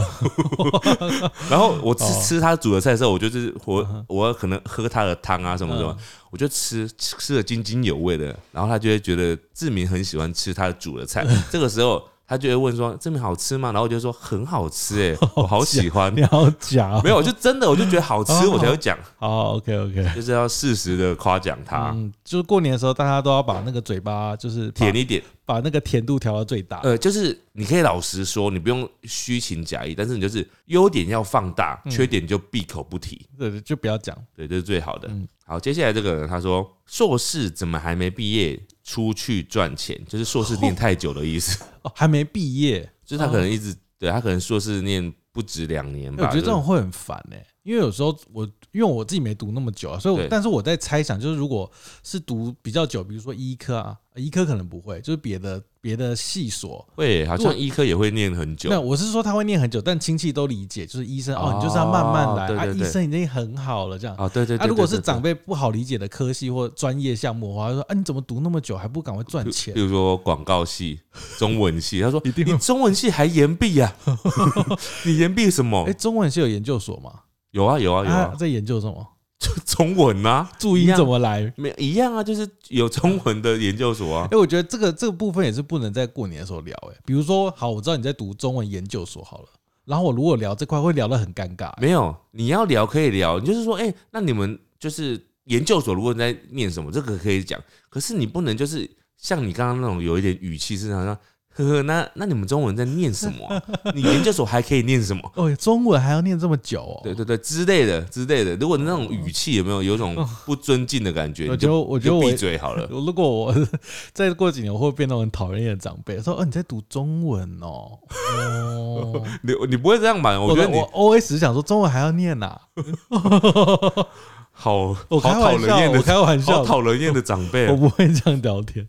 [laughs] 然后我吃哦吃她煮的菜的时候，我就是嗯我我可能喝她的汤啊什么什么嗯，我就吃吃的津津有味的，然后他就会觉得志明很喜欢吃他煮的菜。嗯这个时候他就会问说：“志明好吃吗？”然后我就说：“很好吃、 [laughs] 欸，我好喜欢。你好假哦、没有，就真的，我就觉得好吃，哦我才会讲，好，OK OK，就是要适时的夸奖他，嗯，就是过年的时候，大家都要把那个嘴巴就是把舔一点。把那个甜度调到最大。呃，就是你可以老实说，你不用虚情假意，但是你就是优点要放大，嗯缺点就闭口不提。对，就不要讲。对，这是最好的。嗯好，接下来这个人他说，硕士怎么还没毕业出去赚钱？就是硕士念太久的意思。哦，还没毕业， [laughs] 就是他可能一直、对他可能硕士念不止两年欸吧。我觉得这种就是会很烦呢、因为有时候我因为我自己没读那么久啊，所以我对但是我在猜想，就是如果是读比较久，比如说医科啊，呃医科可能不会，就是别的别的系所。会好像医科也会念很久那，我是说他会念很久，但亲戚都理解，就是医生哦，你就是要慢慢来哦对对啊，对医生已经很好了这样。啊，对对对啊，如果是长长辈不好理解的科系或专业项目的话，他说啊，你怎么读那么久还不赶快赚钱比？如说广告系、中文系，他说一定会你中文系还延毕呀？ [laughs] 你延毕什么哎，？中文系有研究所吗？有啊哦有啊有啊，在研究什么？就中文啊，注音怎么来？没有一样啊，就是有中文的研究所 [laughs] 啊哎、。我觉得这个这个部分也是不能在过年的时候聊、欸。哎，比如说，好，我知道你在读中文研究所好了，然后我如果聊这块会聊得很尴尬、欸没有，你要聊可以聊，你就是说，哎、那你们就是研究所，如果你在念什么，这个可以讲。可是你不能就是像你刚刚那种有一点语气是好像，呵呵，那那你们中文在念什 [laughs] 么啊、你研究所还可以念什么？哦，中文还要念这么久哦。对对对，之类的之类的。如果你那种语气有没有有一种不尊敬的感觉？我你觉得就哦我你觉得就我闭嘴 [laughs] 好了。我如果我再过几年，我会变那种很讨人厌的长辈，说：“哦，你在读中文 [laughs] 哦。”哦，你你不会这样吧？我觉得你我 O S 想说中文还要念 [laughs] 呐、好我好开讨玩人厌笑，我的，开玩好笑，讨人厌的长辈哦我。不会这样聊 [laughs] 天。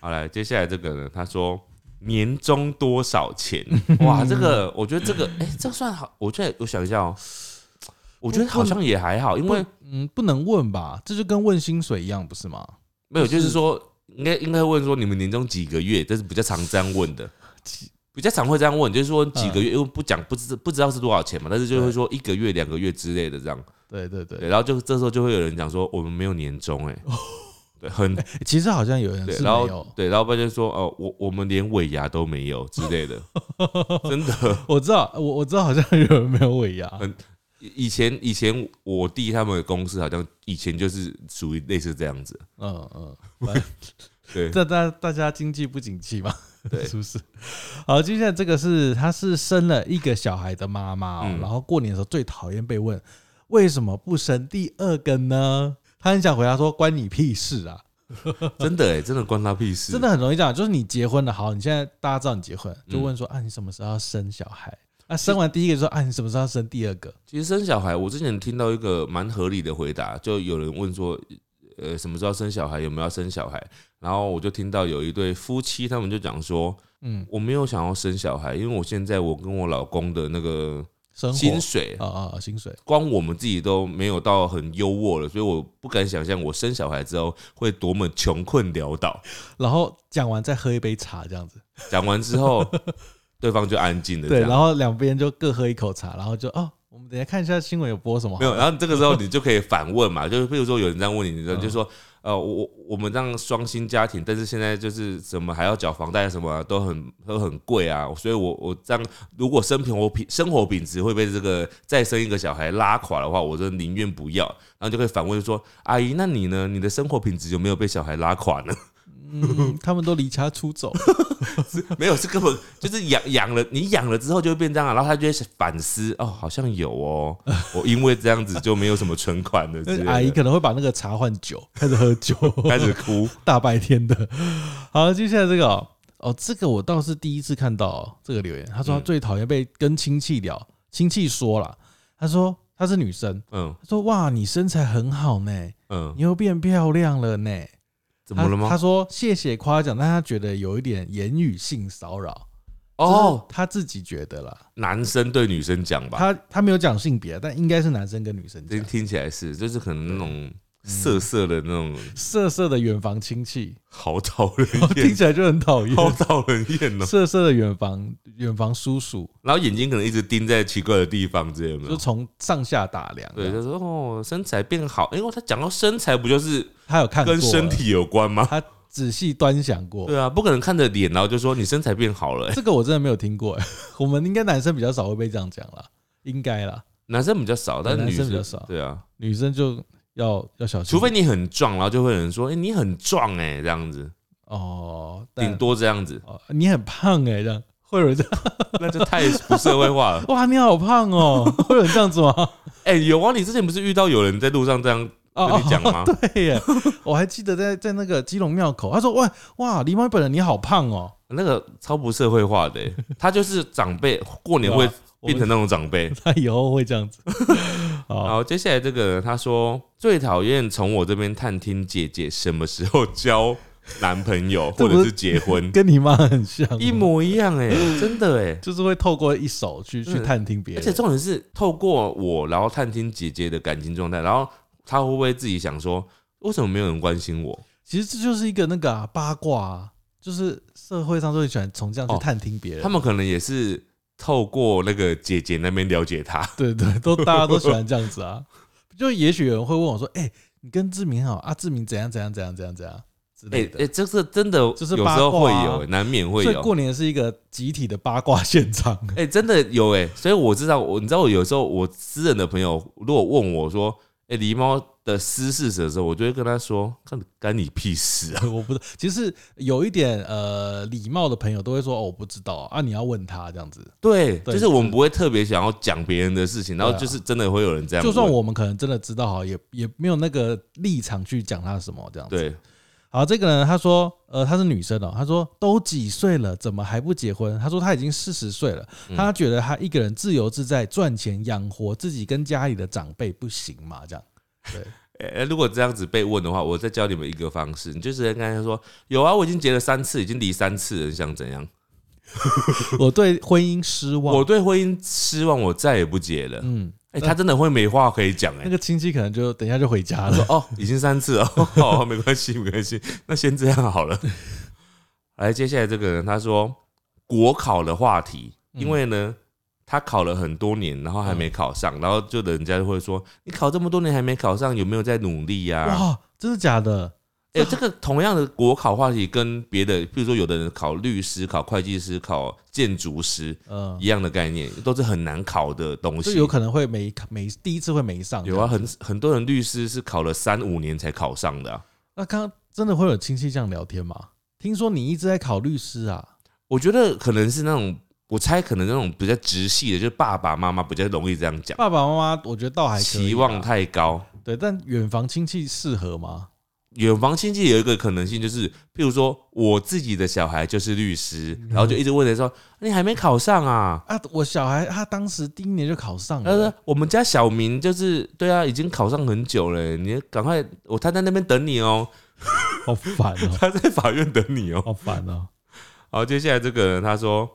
好来，接下来这个呢，他说年终多少 [laughs] 钱？哇，这个我觉得这个，哎、这算好，我觉得我想一下哦，我觉得好像也还好，因为嗯，不能问吧？这就跟问薪水一样，不是吗？没有，就是说应该应该问说你们年终几个月，这是比较常这样问的。比较常会这样问，就是说几个嗯月，因为不讲不知不知道是多少钱嘛，但是就会说一个月、两个月之类的这样。对对对，对，然后就这时候就会有人讲说我们没有年终，哎，对，很其实好像有人 [laughs] 对，是然没有 [laughs] 后。对，老板就说哦，我我们连尾牙都没有之 [laughs] 类的，真的。我知道，我我知道，好像有人没有尾牙，很以以前以前我弟他们的公司好像以前就是属于类似这样子，嗯嗯， [laughs] 对这大大家经济不景气嘛，对 [laughs] 是不是？好，接下来这个是她是生了一个小孩的妈妈、哦，嗯然后过年的时候最讨厌被问为什么不生第二个呢？她很想回答说关你屁事啊，真的哎、真的关他屁事，真的很容易这样，就是你结婚了，好，你现在大家知道你结婚了，嗯就问说、啊你什么时候要生小孩？啊，生完第一个就说啊你什么时候要生第二个？其实生小孩，我之前听到一个蛮合理的回答，就有人问说，呃，什么时候生小孩，有没有要生小孩？然后我就听到有一对夫妻，他们就讲说，嗯，我没有想要生小孩，因为我现在我跟我老公的那个生活薪水啊啊、啊薪水光我们自己都没有到很优渥了，所以我不敢想象我生小孩之后会多么穷困潦倒。然后讲完再喝一杯茶这样子。讲完之 [laughs] 后，对方就安静的这对，样。然后两边就各喝一口茶，然后就哦，我们等一下看一下新闻有播什么好。没有，然后这个时候你就可以反 [laughs] 问嘛，就是比如说有人这样问你，嗯你就说，呃，我我我们这样双薪家庭，但是现在就是什么还要缴房贷什么啊都很都很贵啊，所以我我这样如果生平我品生活品质会被这个再生一个小孩拉垮的话，我就宁愿不要。然后就可以反问说，阿姨，那你呢？你的生活品质有没有被小孩拉垮呢？嗯， [laughs] 他们都离家出 [laughs] 走， [laughs] 没有，是根本就是养养了，你养了之后就会变这样啊，然后他就会反思，哦，好像有哦，我因为这样子就没有什么存款了之类那 [laughs] 的，哎阿姨可能会把那个茶换酒，开始喝酒， [laughs] 开始哭， [laughs] 大白天的。好，接下来这个哦，哦这个我倒是第一次看到、哦、这个留言，他说他嗯最讨厌被跟亲戚聊，亲戚说了，他说她是女生，嗯他说哇你身材很好呢，嗯你，又变漂亮了呢，怎么了他他吗？说谢谢夸奖，但他觉得有一点言语性骚扰，哦，，他自己觉得啦，男生对女生讲吧，他他没有讲性别，但应该是男生跟女生这讲，听起来是就是可能那种色色的那种，色色的远房亲戚，好讨人嗯哦听厌，起来就很讨厌。好讨人厌哦。色色的远房远房叔叔，然后眼睛可能一直盯在奇怪的地方之类就的。从上下打量。啊对，这他样说哦，身材变好，因为他讲到身材，不就是他有看过跟身，体有关吗？他仔细端详过。对啊，不可能看着脸，然后就说你身材变好了、欸 [laughs] 这个我真的没有听过， [laughs] 哎我们应该男生比较少会被这样讲啦，应该啦，男生比较少，但是男女生生比较少对啊，女生就要要小心，除非你很壮，然后就会有人说，哎、你很壮哎、这样子，哦，但，顶多这样子 [laughs] 哦你很胖哎，这样会有人这样，那就太不社会化了。 [laughs] 哇，你好胖哦， [laughs] 会有人这样子吗？哎、有啊，你之前不是遇到有人在路上这样哦跟你讲 [laughs] 吗？对耶，我还记得在在那个基隆庙口，他说哇哇，狸猫本人你好胖哦，那个超不社会化的欸、 [laughs] 他就是长辈过年会哇啊我变成那种长辈。他以后会这样 [laughs] 子。哦好，好，接下来这个呢他说最讨厌从我这边探听姐姐什么时候交男朋友 [laughs] 这或不是者是结婚，跟你妈很像 [laughs] 哦，一模一样哎、真的哎、就是会透过一手去去嗯探听别而人，且重点是透过我，然后探听姐姐的感情状态，然后她会不会自己想说，为什么没有人关心我？其实这就是一个那个、啊、八卦、啊，就是社会上都很喜欢从这样去哦探听别人。他们可能也是透过那个姐姐那边了解她。对对，都大家都喜欢这样子啊。就也许有人会问我说：“哎、你跟志明好啊？志明怎样怎样怎样怎样怎样之哎类哎、的。欸这个真的有就时是八卦啊候会有、欸难免会所以有。过年是一个集体的八卦现场。 [laughs] 哎、真的有哎、所以我知道，我你知道，我有时候我私人的朋友如果问我说，哎、狸猫的私事的时候，我就会跟他说，干干你屁事啊！我不知道，其实有一点呃礼貌的朋友都会说：“哦，我不知道啊，啊你要问他这样子。对，对就是我们不会特别想要讲别人的事情，然后对啊就是真的会有人这”样问。就算我们可能真的知道好，也也没有那个立场去讲他什么这样子。对，好，这个人他说，呃，她是女生哦、她说都几岁了，怎么还不结婚？她说她已经四十岁了，嗯她觉得她一个人自由自在赚钱养活自己跟家里的长辈不行嘛？ [laughs] 这样，诶、呃如果这样子被问的话，我再教你们一个方式，你就直接跟他说：“有啊，我已经结了三次，已经离三次了，你想怎样？我对婚姻失望。我对婚姻失望，我再也不结了。嗯，诶，他真的会没话可以讲诶，那个亲戚可能就等一下就回家 [laughs] 了。哦，已经三次了，哦，没关系，没关系，那先这样好了。来，接下来这个人他说国考的话题，嗯因为呢。他考了很多年，然后还没考上，然后就人家就会说：“你考这么多年还没考上，有没有在努力呀、哇，真的假的？哎、这个同样的国考话题跟别的，比如说有的人考律师、考会计师、考建筑师嗯、一样的概念，都是很难考的东就西。有可能会没没第一次会没上。有啊，，很很多人律师是考了三五年才考上的啊、那刚刚真的会有亲戚这样聊天吗？听说你一直在考律师啊？我觉得可能是那种，我猜可能那种比较直系的，就是爸爸妈妈比较容易这样讲，爸爸妈妈，我觉得倒还可以啊期望太高。对，但远房亲戚适合吗？远房亲戚有一个可能性就是，譬如说我自己的小孩就是律师，嗯然后就一直问人说：“你还没考上啊？”啊，我小孩他当时第一年就考上他说了，：“我们家小明就是对啊，已经考上很久了，你赶快，我他在那边等你 [laughs] 哦，好烦哦，他在法院等你哦。好烦哦。”好，接下来这个人他说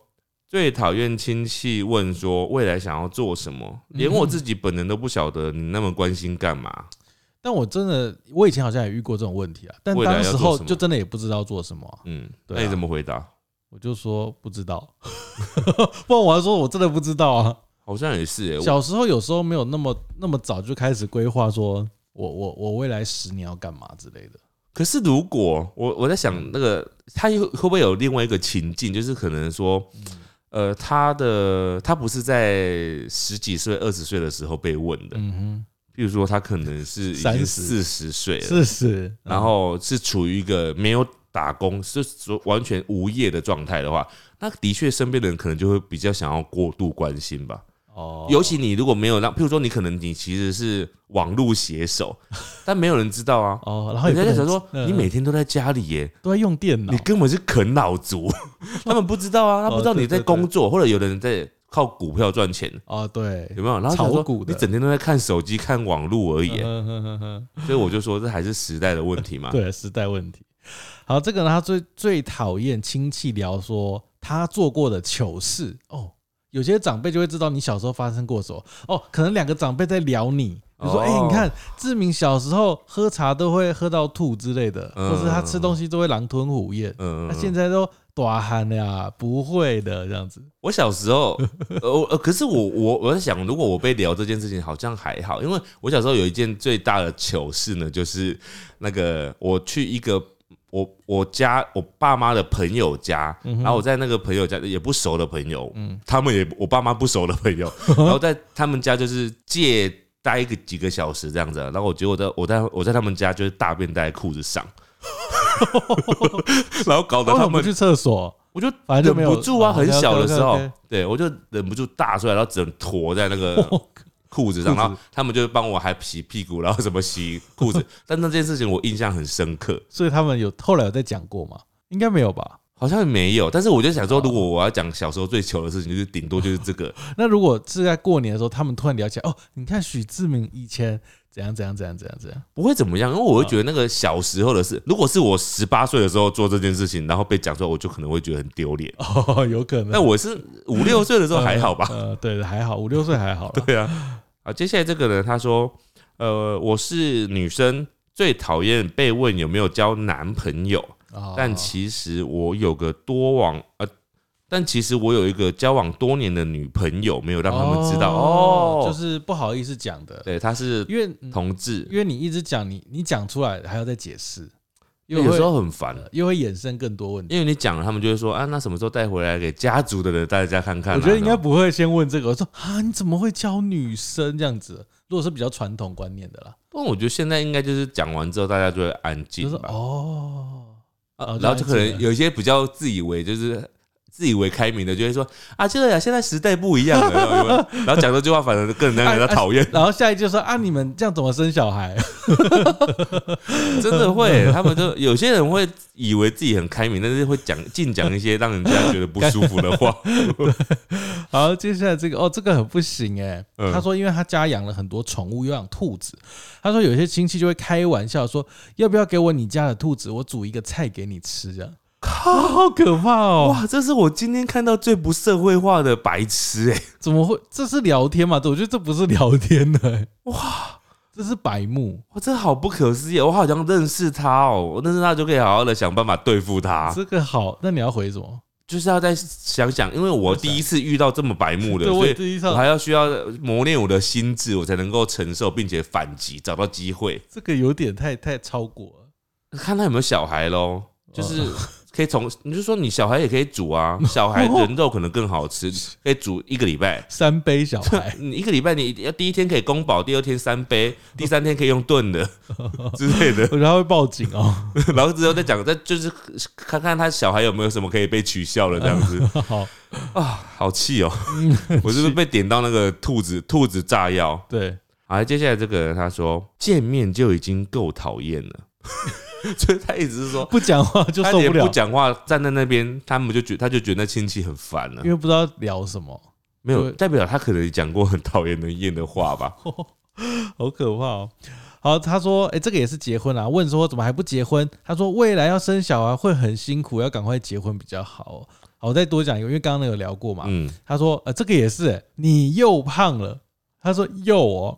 最讨厌亲戚问说未来想要做什么，连我自己本人都不晓得，你那么关心干嘛？但我真的，我以前好像也遇过这种问题啊，但未来当要时做候什么就真的也不知道做什么啊、嗯，对啊那你怎么回答？我就说不知道， [laughs] 不然我还说我真的不知道啊。好像也是、欸，我小时候有时候没有那么那么早就开始规划，说我我我未来十年要干嘛之类的。可是如果我我在想那个他会会不会有另外一个情境，就是可能说，嗯呃，他的他不是在十几岁、二十岁的时候被问的，嗯比如说他可能是已30经四十岁哼，了，是是，然后是处于一个没有打工，是所完全无业的状态的话，那的确身边的人可能就会比较想要过度关心吧。哦尤其你如果没有让，譬如说你可能你其实是网络 [laughs] 写手，但没有人知道啊。哦，然后人也家不就能想说，嗯你每天都在家里耶，都在用电脑哦你，根本是啃 [laughs] 老族。他们不知道啊，他不知道你在工作，或者有的人在靠股票赚钱，哦，对，有没有？然后想炒说股的你整天都在看手机、看网络而已耶，嗯哼哼哼所以我就说这还是时代的问题嘛。对，时代问题。好，这个呢，他最最讨厌亲戚聊说他做过的糗事哦。有些长辈就会知道你小时候发生过什么哦，可能两个长辈在聊你，比如说哦哎、你看志明小时候喝茶都会喝到吐之类的，嗯或是他吃东西都会狼吞虎咽，嗯那、，现在都短喊呀，不会的这样子。我小时候，呃，我呃，可是我我我在想，如果我被聊这件事情，好像还好，因为我小时候有一件最大的糗事呢，就是那个我去一个我我家我爸妈的朋友家，然后我在那个朋友家也不熟的朋友，他们也我爸妈不熟的朋友，然后在他们家就是借待一个几个小时这样子，啊然后我结果在我在我在他们家就是大便待在裤子上，然后搞得为什么不他们哦去厕所？我就反正就忍没有不住啊，哦很小的 OK，OK，OK，时候 OK，对我就忍不住大出来，然后整坨在那 [laughs] 个裤子上，然后他们就帮我还洗屁股，然后怎么洗裤子。但那件事情我印象很深刻，所以他们有后来有在讲过吗？应该没有吧？好像没有。但是我就想说，如果我要讲小时候最糗的事情，就是顶多就是这个。那如果是在过年的时候，他们突然聊起来，哦，你看许志明以前怎样怎样怎样怎样怎样，不会怎么样，因为嗯我会觉得那个小时候的事，如果是我十八岁的时候做这件事情，然后被讲出来，我就可能会觉得很丢脸。哦， [laughs] 有可能。但我是五六岁的时候还好吧，呃，对，还好，五六岁还 [laughs] 好啦。对啊，啊，接下来这个人他说，呃，我是女生，最讨厌被问有没有交男朋友，哦但其实我有个多往呃。但其实我有一个交往多年的女朋友，没有让他们知道哦。就是不好意思讲的，对，他是因为嗯同志，因为你一直讲，你你讲出来还要再解释，又有会呃时候很烦，又会衍生更多问题。因为你讲了，他们就会说啊，那什么时候带回来给家族的人大家看看我啊、觉得应该然后不会先问这个，我说啊，你怎么会教女生这样子？如果是比较传统观念的啦，但我觉得现在应该就是讲完之后，大家就会安静就吧。是哦，啊哦，然后就就安可静能有一些比较自以为就是 [laughs] 自以为开明的，就会说啊，这个呀，现在时代不一样了，然后有没有 [laughs] 然后讲这句话，反而更哎让人家讨厌，然后下一句就说啊，你们这样怎么生小孩？哎真 [laughs] 的会，他们就有些人会以为自己很开明，但是会讲尽讲一些让人家觉得不舒服的 [laughs] 话，哦好，接下来这个哦，这个很不行哎、嗯他说，因为他家养了很多宠物，又养兔子。他说，有些亲戚就会开玩笑说，要不要给我你家的兔子，我煮一个菜给你吃啊这样。靠，好可怕哦！哇，这是我今天看到最不社会化的白痴哎、怎么会？这是聊天嘛？这我觉得这不是聊天的、哇，这是白目，哇，这好不可思议！我好像认识他哦，我认识他就可以好好的想办法对付他，这个好。那你要回什么？就是要再想想，因为我第一次遇到这么白目的，对我所也以第一次我还要需要磨练我的心智，我才能够承受并且反击，找到机会。这个有点太太超过了。看他有没有小孩喽，就是可以从你就说你小孩也可以煮啊，小孩人肉可能更好吃，可以煮一个礼拜。三杯小 [laughs]，孩你一个礼拜你要第一天可以宫保，第二天三杯，第三天可以用炖的之类的，我觉得他会报警哦。 [laughs] 然后之后再讲，再就是看看他小孩有没有什么可以被取笑的这样子。好，啊，好气哦！我是不是被点到那个兔子兔子炸药？对，好，接下来这个人他说见面就已经够讨厌了， [laughs] 所以他一直是说不讲话就他受连不了不，讲话，站在那边，他们就觉他就觉得那亲戚很烦了因。为不知道聊什么。没有对代表他可能讲过很讨厌人厌的 [laughs] 话吧？好可怕哦。好，他说，哎、这个也是结婚啦。问说怎么还不结婚？他说未来要生小孩会很辛苦，要赶快结婚比较好哦。好，我再多讲一个，因为刚刚有聊过嘛。嗯，他说，呃，这个也是、诶你又胖了。他说又哦，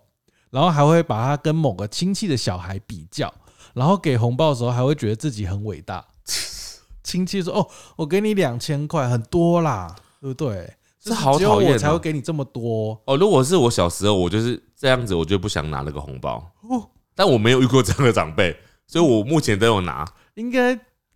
然后还会把他跟某个亲戚的小孩比较，然后给红包的时候还会觉得自己很伟 [laughs] 大。亲戚说，哦，我给你两千块，很多啦，对不对？这好只有讨厌我哦才会给你这么多。哦，如果是我小时候，我就是这样子，我就不想拿那个红包。哦但我没有遇过这样的长辈，所以我目前都有拿。应该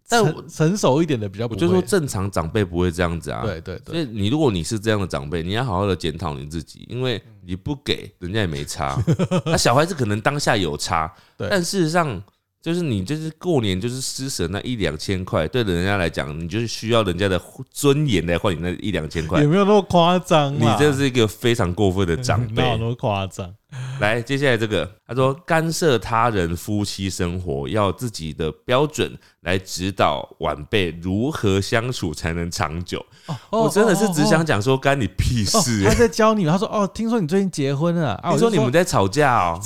但成我成熟一点的比较我不就会说正常长辈不会这样子啊。对对所对，以你如果你是这样的长辈，你要好好的检讨你自己，因为 [laughs] 你不给人家也没差。那小孩子可能当下有差，对但事实上就是你就是过年就是施舍那一两千块，对人家来讲，你就是需要人家的尊严来换你那一两千块也。没有那么夸张你啦。这是一个非常过分的 [laughs] 长哪有辈嗯那。么夸张？来，接下来这个，他说干涉他人夫妻生活，要自己的标准来指导晚辈如何相处才能长久。哦我真的是只想讲说，干你屁哦事、他在教你，他说：“哦，听说你最近结婚了啊？” [laughs] 啊你我说就你们在吵架哦、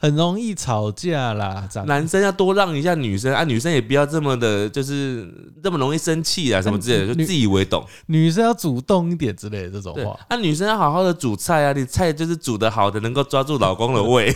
很容易吵架啦，长男生要多让一下女生啊，女生也不要这么的，就是这么容易生气啊，什么之类的，女就自以为懂。女生要主动一点之类的这种对，话。啊，女生要好好的煮菜啊，你菜就是煮的好的，能够抓住老公的胃。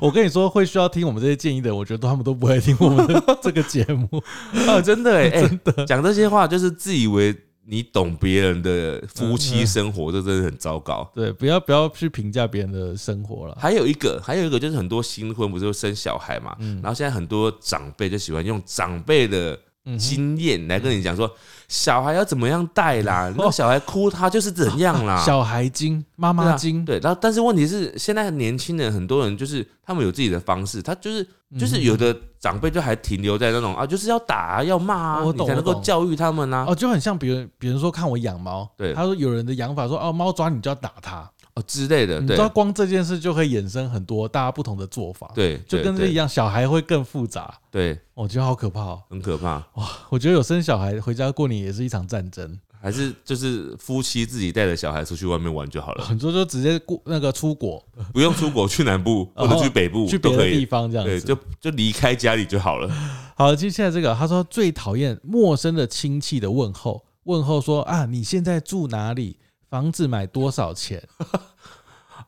我跟你说，会需要听我们这些建议的，我觉得他们都不会听我们的这个节目。 [laughs] 啊，真的 [laughs] 哎、欸，讲这些话就是自以为你懂别人的夫妻生活，这真的很糟糕。对，不要不要去评价别人的生活了。还有一个，还有一个就是很多新婚不是会生小孩嘛，然后现在很多长辈就喜欢用长辈的嗯哼，经验来跟你嗯讲说，小孩要怎么样带啦，那个小孩哭他就是怎样啦，哦小孩精，妈妈精，啊对啊，对，然后但是问题是，现在年轻人很多人就是他们有自己的方式，他就是嗯啊就是有的长辈就还停留在那种啊，就是要打、啊、要骂啊，哦我你懂才能我够懂教育他们啊。哦，就很像别人，别人说看我养猫，对他说有人的养法说哦，猫抓你就要打它，哦之类的，你对知道光这件事就可以衍生很多大家不同的做法，，对，就对跟这对一样，小孩会更复杂，对，我觉得好可怕哦，很可怕。我觉得有生小孩回家过年也是一场战争，还是就是夫妻自己带着小孩出去外面玩就好了，很多就直接过那个出国不用出国去 [laughs] 南部或者去北部哦去都别的可地以，方这样对，子，就就离开家里就好了。好，接下来这个，他说最讨厌陌生的亲戚的问候，问候说啊，你现在住哪里？房子买多少钱？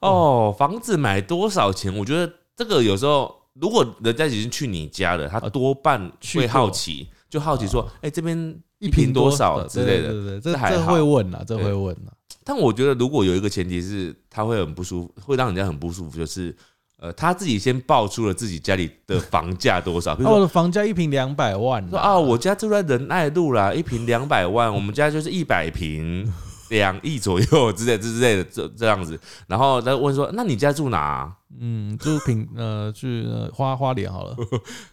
哦，房子买多少钱？我觉得这个有时候，如果人家已经去你家了，他多半呃去会过啊好奇，就好奇说，哎，这边一平多少对之类对的。对对，这这还这好会问啊，这对会问啊。但我觉得，如果有一个前提是他会很不舒服，会让人家很不舒服，就是呃，他自己先报出了自己家里的房价多少，比如那 [laughs] 说啊我的房价一平两百万啊，说啊，我家住在仁爱路啦，一平两 [laughs] 百万，我们家就是一百平，两亿左右之类之类的，这这样子。然后他问说，那你家住哪啊、嗯，住平呃去呃花花莲好了，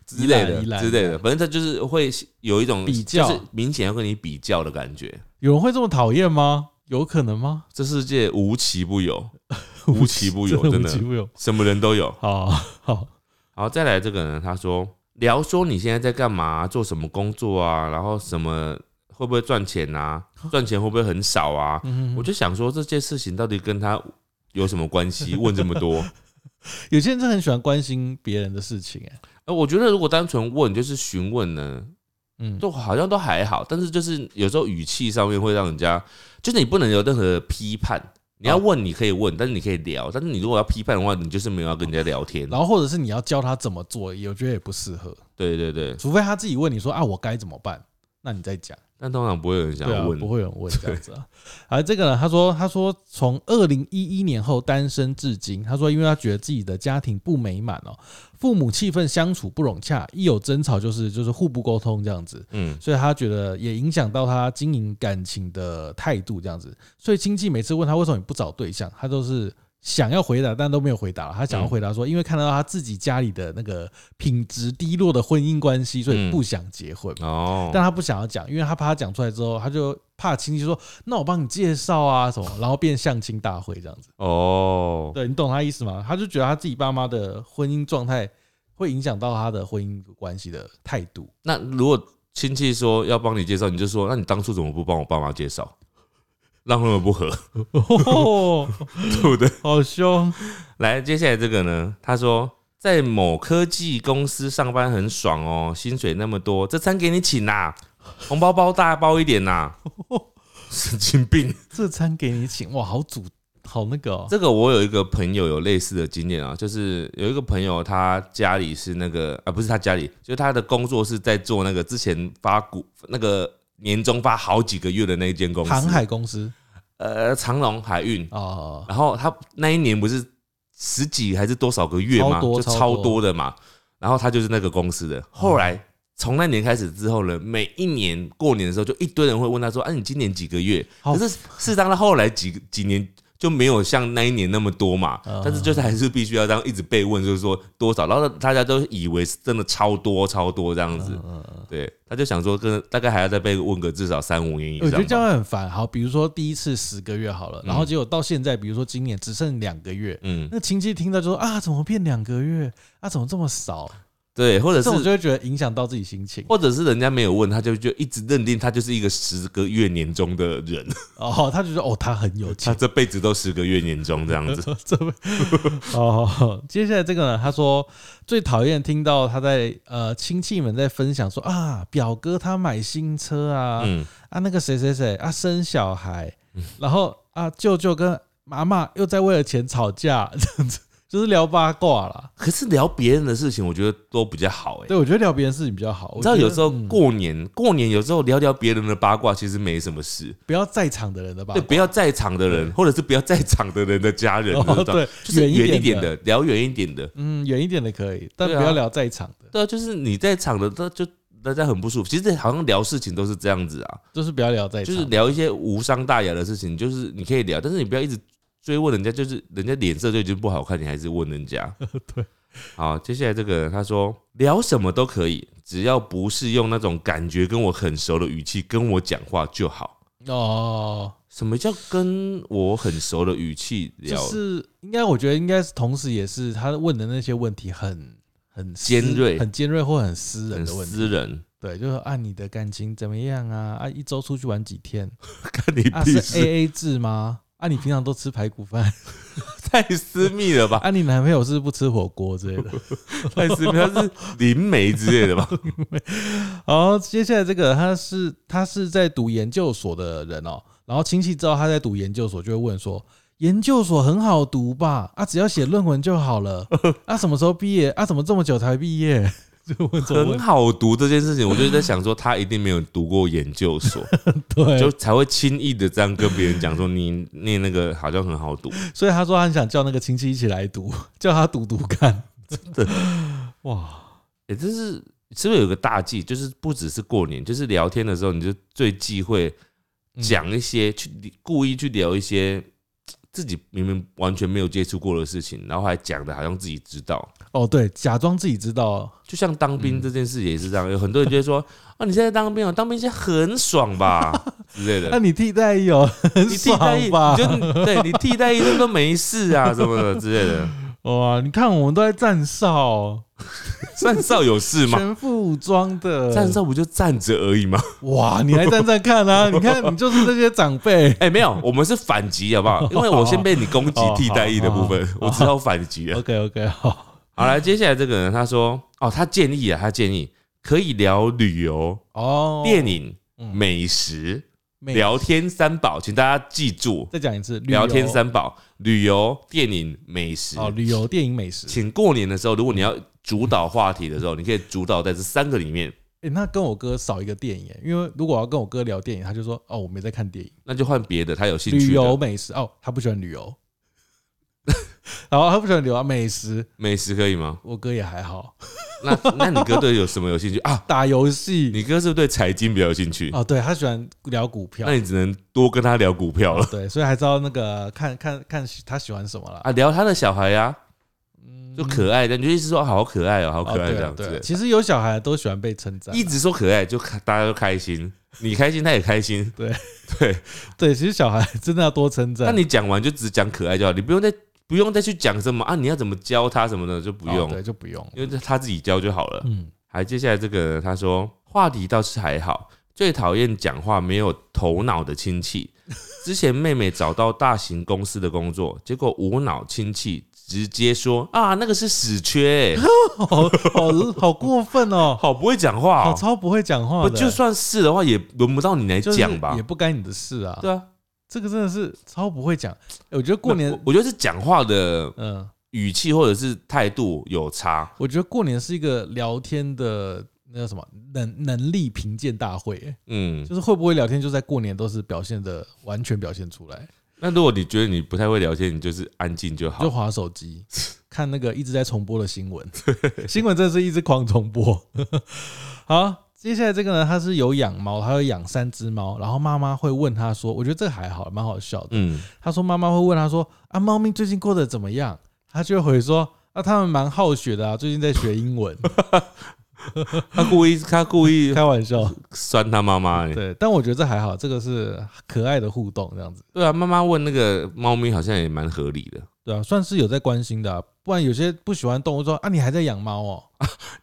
之类的宜兰之类宜的，反正他就是会有一种比较就是明显要跟你比较的感觉。有人会这么讨厌吗？有可能吗？这世界无奇不有， [laughs] 无奇不有，真真的无奇的不有。什么人都有。好好，好，再来这个呢，他说聊说你现在在干嘛，做什么工作啊，然后什么会不会赚钱啊，赚钱会不会很少啊？嗯，我就想说这件事情到底跟他有什么关系？问这么 [laughs] 多，有些人真的很喜欢关心别人的事情、哎，呃，我觉得如果单纯问就是询问呢，嗯，就好像都还好，但是就是有时候语气上面会让人家，就是你不能有任何批判。你要问，你可以问，但是你可以聊，但是你如果要批判的话，你就是没有要跟人家聊天。然后或者是你要教他怎么做，也我觉得也不适合，对对 [laughs] 对，除非他自己问你说啊，我该怎么办？那你再讲，但通常不会有人想对要啊，问不。会有人问这样子啊。 [laughs] 而这个呢，他说，他说从二零一一年后单身至今，他说因为他觉得自己的家庭不美满哦，父母气氛相处不融洽，一有争吵就是就是互不沟通这样子，嗯，所以他觉得也影响到他经营感情的态度这样子。所以亲戚每次问他为什么你不找对象，他都是想要回答，但都没有回答。他想要回答说，因为看到他自己家里的那个品质低落的婚姻关系，所以不想结婚。哦，但他不想要讲，因为他怕他讲出来之后，他就怕亲戚说：“那我帮你介绍啊什么。”然后变相亲大会这样子。哦，对你懂他意思吗？他就觉得他自己爸妈的婚姻状态会影响到他的婚姻关系的态度。那如果亲戚说要帮你介绍，你就说，那你当初怎么不帮我爸妈介绍，让他们不和， [laughs] 哦， [laughs] 对不对？好凶！来，接下来这个呢？他说在某科技公司上班很爽哦，薪水那么多，这餐给你 [laughs] 请啦、红包包大包一点啦、神经病！这餐给你请，哇，好主好那个、哦，这个我有一个朋友有类似的经验啊，就是有一个朋友他家里是那个啊，不是他家里，就是他的工作是在做那个之前发股那个年终发好几个月的那间公司，航海公司呃长隆海运，哦，然后他那一年不是十几还是多少个月嘛，超多就超超多多的嘛。然后他就是那个公司的。后来从那年开始之后呢，每一年过年的时候，就一堆人会问他说：“啊，你今年几个月？”好可是事实上，他后来几几年就没有像那一年那么多嘛嗯，但是就是还是必须要这样一直被问，就是说多少，然后大家都以为是真的超多超多这样子，嗯对，他就想说跟大概还要再被问个至少三五年以我觉得上这吧，样会很烦。好，比如说第一次十个月好了，然后结果到现在，比如说今年只剩两个月，嗯，那亲戚听到就说啊，怎么变两个月？啊，怎么这么少？对，或者这种是就会觉得影响到自己心情。或者是人家没有问，他就就一直认定他就是一个十个月年终的 [laughs] 人，哦，他就说哦，他很有他钱。这辈子都十个月年终这样子， [laughs] 这哦，接下来这个呢，他说最讨厌听到他在呃亲戚们在分享说啊，表哥他买新车啊，嗯，啊，那个谁谁谁啊生小孩，然后啊舅舅跟妈妈又在为了钱吵架，这样子就是聊八卦啦。可是聊别人的事情，我觉得都比较好哎、对，我觉得聊别人事情比较好。你知道我觉得有时候嗯过年，过年有时候聊聊别人的八卦，其实没什么事。不要在场的人的吧对，，不要在场的人，或者是不要在场的人的家人，哦你知道对就是远远一一点点的的，聊远一点的。嗯，远一点的可以，但不对啊要聊在场的，对啊，就是你在场的，他就大家很不舒服。其实好像聊事情都是这样子啊，就是不要聊在就是场。聊一些无伤大雅的事情，就是你可以聊，但是你不要一直追问人家，就是人家脸色就已经不好看，你还是问人家。 [laughs] 对，好，接下来这个人他说聊什么都可以，只要不是用那种感觉跟我很熟的语气跟我讲话就好。哦，什么叫跟我很熟的语气就聊？是应该，我觉得应该是，同时也是他问的那些问题很很私尖锐很尖锐或很私人很的问题。私 [laughs] 人，对，就是啊，你的感情怎么样啊？啊，一周出去玩几天？看你啊，屁是事， A A 制吗？啊，你平常都吃排骨饭？太私密了吧？ [laughs] 啊，你男朋友是不是不吃火锅之类 [laughs] 的？太私密，他是灵媒之类 [laughs] 的吧？好，接下来这个他是他是在读研究所的人哦，然后亲戚知道他在读研究所，就会问说，研究所很好读吧？啊，只要写论文就好 [laughs] 了。啊，什么时候毕业？啊，怎么这么久才毕业？就问这种很问题，好读这件事情，我就在想说，他一定没有读过研究所，就对，才会轻易的这样跟别人讲说你念那个好像很好 [laughs] 读，所以他说他很想叫那个亲戚一起来读，叫他读读看。的哇，也、这是是不是有个大忌？就是不只是过年，就是聊天的时候，你就最忌讳讲一些、去故意去聊一些自己明明完全没有接触过的事情，然后还讲的好像自己知道。哦，对，假装自己知道，就像当兵这件事也是这样，有很多人就会说：“啊，你现在当兵啊，当兵现在很爽 [laughs] 吧之类的。”啊那、你替代役哦，很你替代爽役你吧？就对你替代役都都没事啊，什么的之类的。哇，你看我们都在站哨，站哨有事吗？全副武装的站哨不就站着而已吗？哇，你来站站看啊！你看，你就是这些长 [laughs] 辈。 [laughs] 哎、没有，我们是反击好 [laughs] 不好？因为我先被你攻击替代役的部分，我只好反击了。 OK OK，好好来，接下来这个人他说，哦，他建议啊，他建议可以聊旅游、哦。电影、嗯美食、美聊天三宝，请大家记住，再讲一次，旅游聊天三宝：旅游、电影、美食。哦，旅游、电影、美食。请过年的时候，如果你要主导话题的时候，你可以主导在这三个里面，哎，那跟我哥少一个电影耶，因为如果我要跟我哥聊电影，他就说哦，我没在看电影。那就换别的，他有兴旅趣游、的美食哦，他不喜欢旅游， [laughs] 然后他不喜欢旅游啊，美食美食可以吗？我哥也还好，那那你哥对有什么有兴趣啊？打游戏你哥是不是对财经比较有兴趣？哦，对他喜欢聊股票那，你只能多跟他聊股票了对，所以还知道那个看看看他喜欢什么啦。啊，聊他的小孩呀、就可爱的，你就一直说好可爱哦、嗯好哦，可爱对这啊样对啊子，其实有小孩都喜欢被称赞啊，一直说可爱，就大家都开心，你开心他也开心，对对。对，其实小孩真的要多称那赞。你讲完就只讲可爱就好，你不用再不用再去讲什么啊，你要怎么教他什么的就不哦用，对，就不用。因为他自己教就好了。嗯，还接下来这个，他说话题倒是还好，最讨厌讲话没有头脑的亲戚。之前妹妹找到大型公司的工作，结果无脑亲戚直接说啊，那个是死缺、欸，哦好好好过分 [laughs] 哦，好不会讲话、好哦。超不会讲话不的，就算是的话，也轮不到你来就是讲吧也？不该你的事啊。对啊，这个真的是超不会讲。哎我觉得过我年，我觉得是讲话的嗯，语气或者是态度有差。我觉得过年是一个聊天的那叫什么能能力评鉴大会，哎嗯，就是会不会聊天，就在过年都是表现的完全表现出来，那如果你觉得你不太会聊天，你就是安静就好就。划手机 [laughs] 看 [laughs] 那个一直在重播的新闻，新闻真的是一直狂重播。好，接下来这个呢，他是有养猫，他有养三只猫，然后妈妈会问他说，我觉得这个还好，蛮好笑的。嗯，他说妈妈会问他说啊，猫咪最近过得怎么样？他就会回说啊，他们蛮好学的啊，最近在学英 [laughs] 文。他故意他故意开玩笑，酸他妈妈、欸，对，但我觉得这还好，这个是可爱的互动这样子，对啊，妈妈问那个猫咪好像也蛮合理的，对啊，算是有在关心的啊、不然有些不喜欢动物说啊，你还在养猫哦，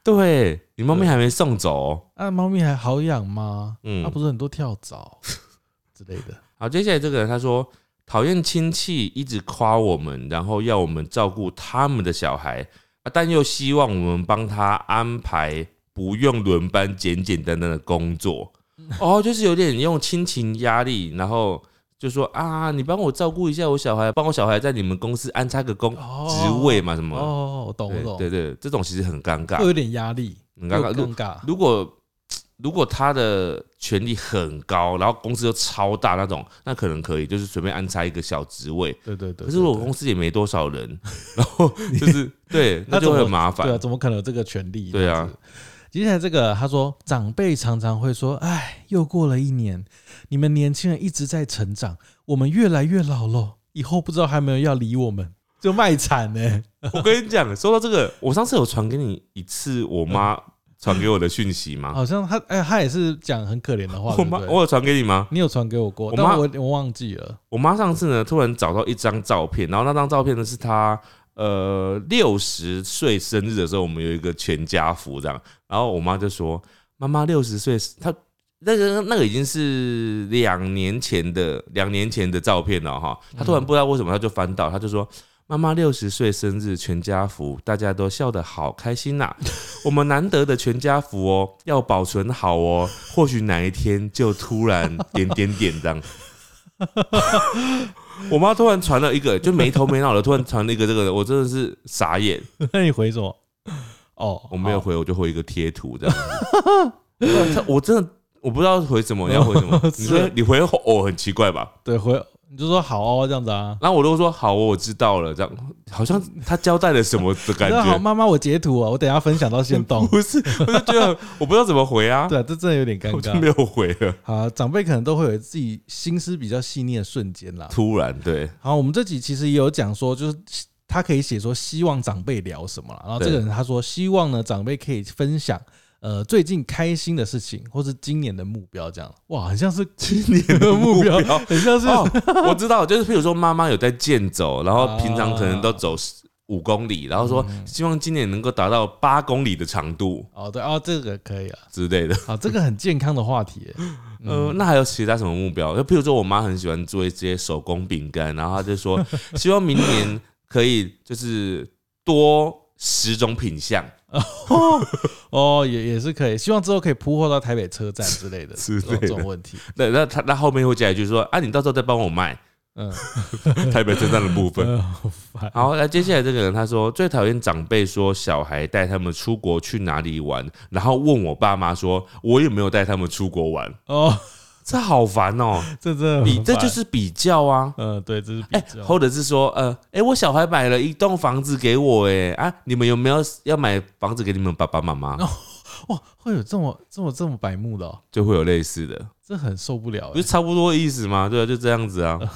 对你猫咪还没送走哦、啊，猫咪还好养吗？嗯嗯，啊，不是很多跳蚤 [laughs] 之类 [laughs] 的，好，接下来这个人他说讨厌亲戚一直夸我们，然后要我们照顾他们的小孩，啊、但又希望我们帮他安排不用轮班、简简单单的工作。嗯哦，就是有点用亲情压力，然后就说啊，你帮我照顾一下我小孩，帮我小孩在你们公司安插个工哦职位嘛，什么？哦，我懂，我懂，对对对，这种其实很尴会尬有。点压力，很尴尬又尴尬，如果如果他的权力很高，然后公司又超大那种，那可能可以，就是随便安插一个小职位。对对对。可是我对公司也没多 [laughs] 少人，然后就是对，那就会很麻对啊，烦。怎么可能有这个权利？对啊这样子。接下来这个，他说长辈常常会说：“哎，又过了一年，你们年轻人一直在成长，我们越来越老了，以后不知道还有没有人要理我们， [laughs] 就卖惨欸呢、我跟你讲，说到这个，我上次有传给你一次我嗯妈传给我的讯息吗？好像他哎，他也是讲很可怜的话，啊我对不妈对我有传给你吗？你有传给我过，我但妈我有点忘记了。我妈上次呢，突然找到一张照片，然后那张照片呢是她呃六十岁生日的时候，我们有一个全家福这样，然后我妈就说：“妈妈六十岁，她那个那个已经是两年前的两年前的照片了哈。”她突然不知道为什么，她就翻到，她就说。妈妈六十岁生日全家福，大家都笑得好开心呐、我们难得的全家福哦，要保存好哦，或许哪一天就突然点点点这样。 [laughs] 我妈突然传了一个，就没头没脑的突然传了一个这个，我真的是傻眼。那你回什么？哦，我没有好，回，我就回一个贴图这样 [laughs] 子。她我真的我不知道回什么，你要回什么？你说你回哦，很奇怪吧？对，回你就说好哦，这样子啊。然后我都说好，我知道了，这样好像她交代了什么的 [laughs] 感那好，觉。妈妈，我截图啊，我等一下分享到先 [laughs] 动。不是，我就觉得我不知道怎么回啊，对啊，这真的有点尴我就尬没。有回了。好啊，长辈可能都会有自己心思比较细腻的瞬间啦。突然，对，好，我们这集其实也有讲说，就是他可以写说希望长辈聊什么啦。然后这个人他说希望呢长辈可以分享呃最近开心的事情，或是今年的目标这样。哇，很像是 [laughs] 今年的目标，很像是、哦，我知道，就是譬如说妈妈有在健走，然后平常可能都走10五公里，然后说啊希望今年能够达到八公里的长度哦对哦，这个可以了。之类的。好，这个很健康的话题 [laughs] 耶、嗯呃，那还有其他什么目标？就譬如说我妈很喜欢做一些手工饼干，然后她就说希望明年可以就是多十种品相哦，也也是可以。希望之后可以铺货到台北车站之类的之类的这种这种问题。那那她那后面会加一句说啊，你到时候再帮我卖嗯，台北车站的部分。呃 [laughs] 好烦。好，那接下来这个人他说最讨厌长辈说小孩带他们出国去哪里玩，然后问我爸妈说我有没有带他们出国玩，哦，这好烦哦、这真的很比这烦就是比较啊。嗯，对，这是比哎、较。或者是说，呃，哎、我小孩买了一栋房子给我、哎啊，你们有没有要买房子给你们爸爸妈妈？哦哇，会有这么这么这么白目的、哦，就会有类似的，这很受不了、不欸是。差不多意思吗？对啊，就这样子啊。呃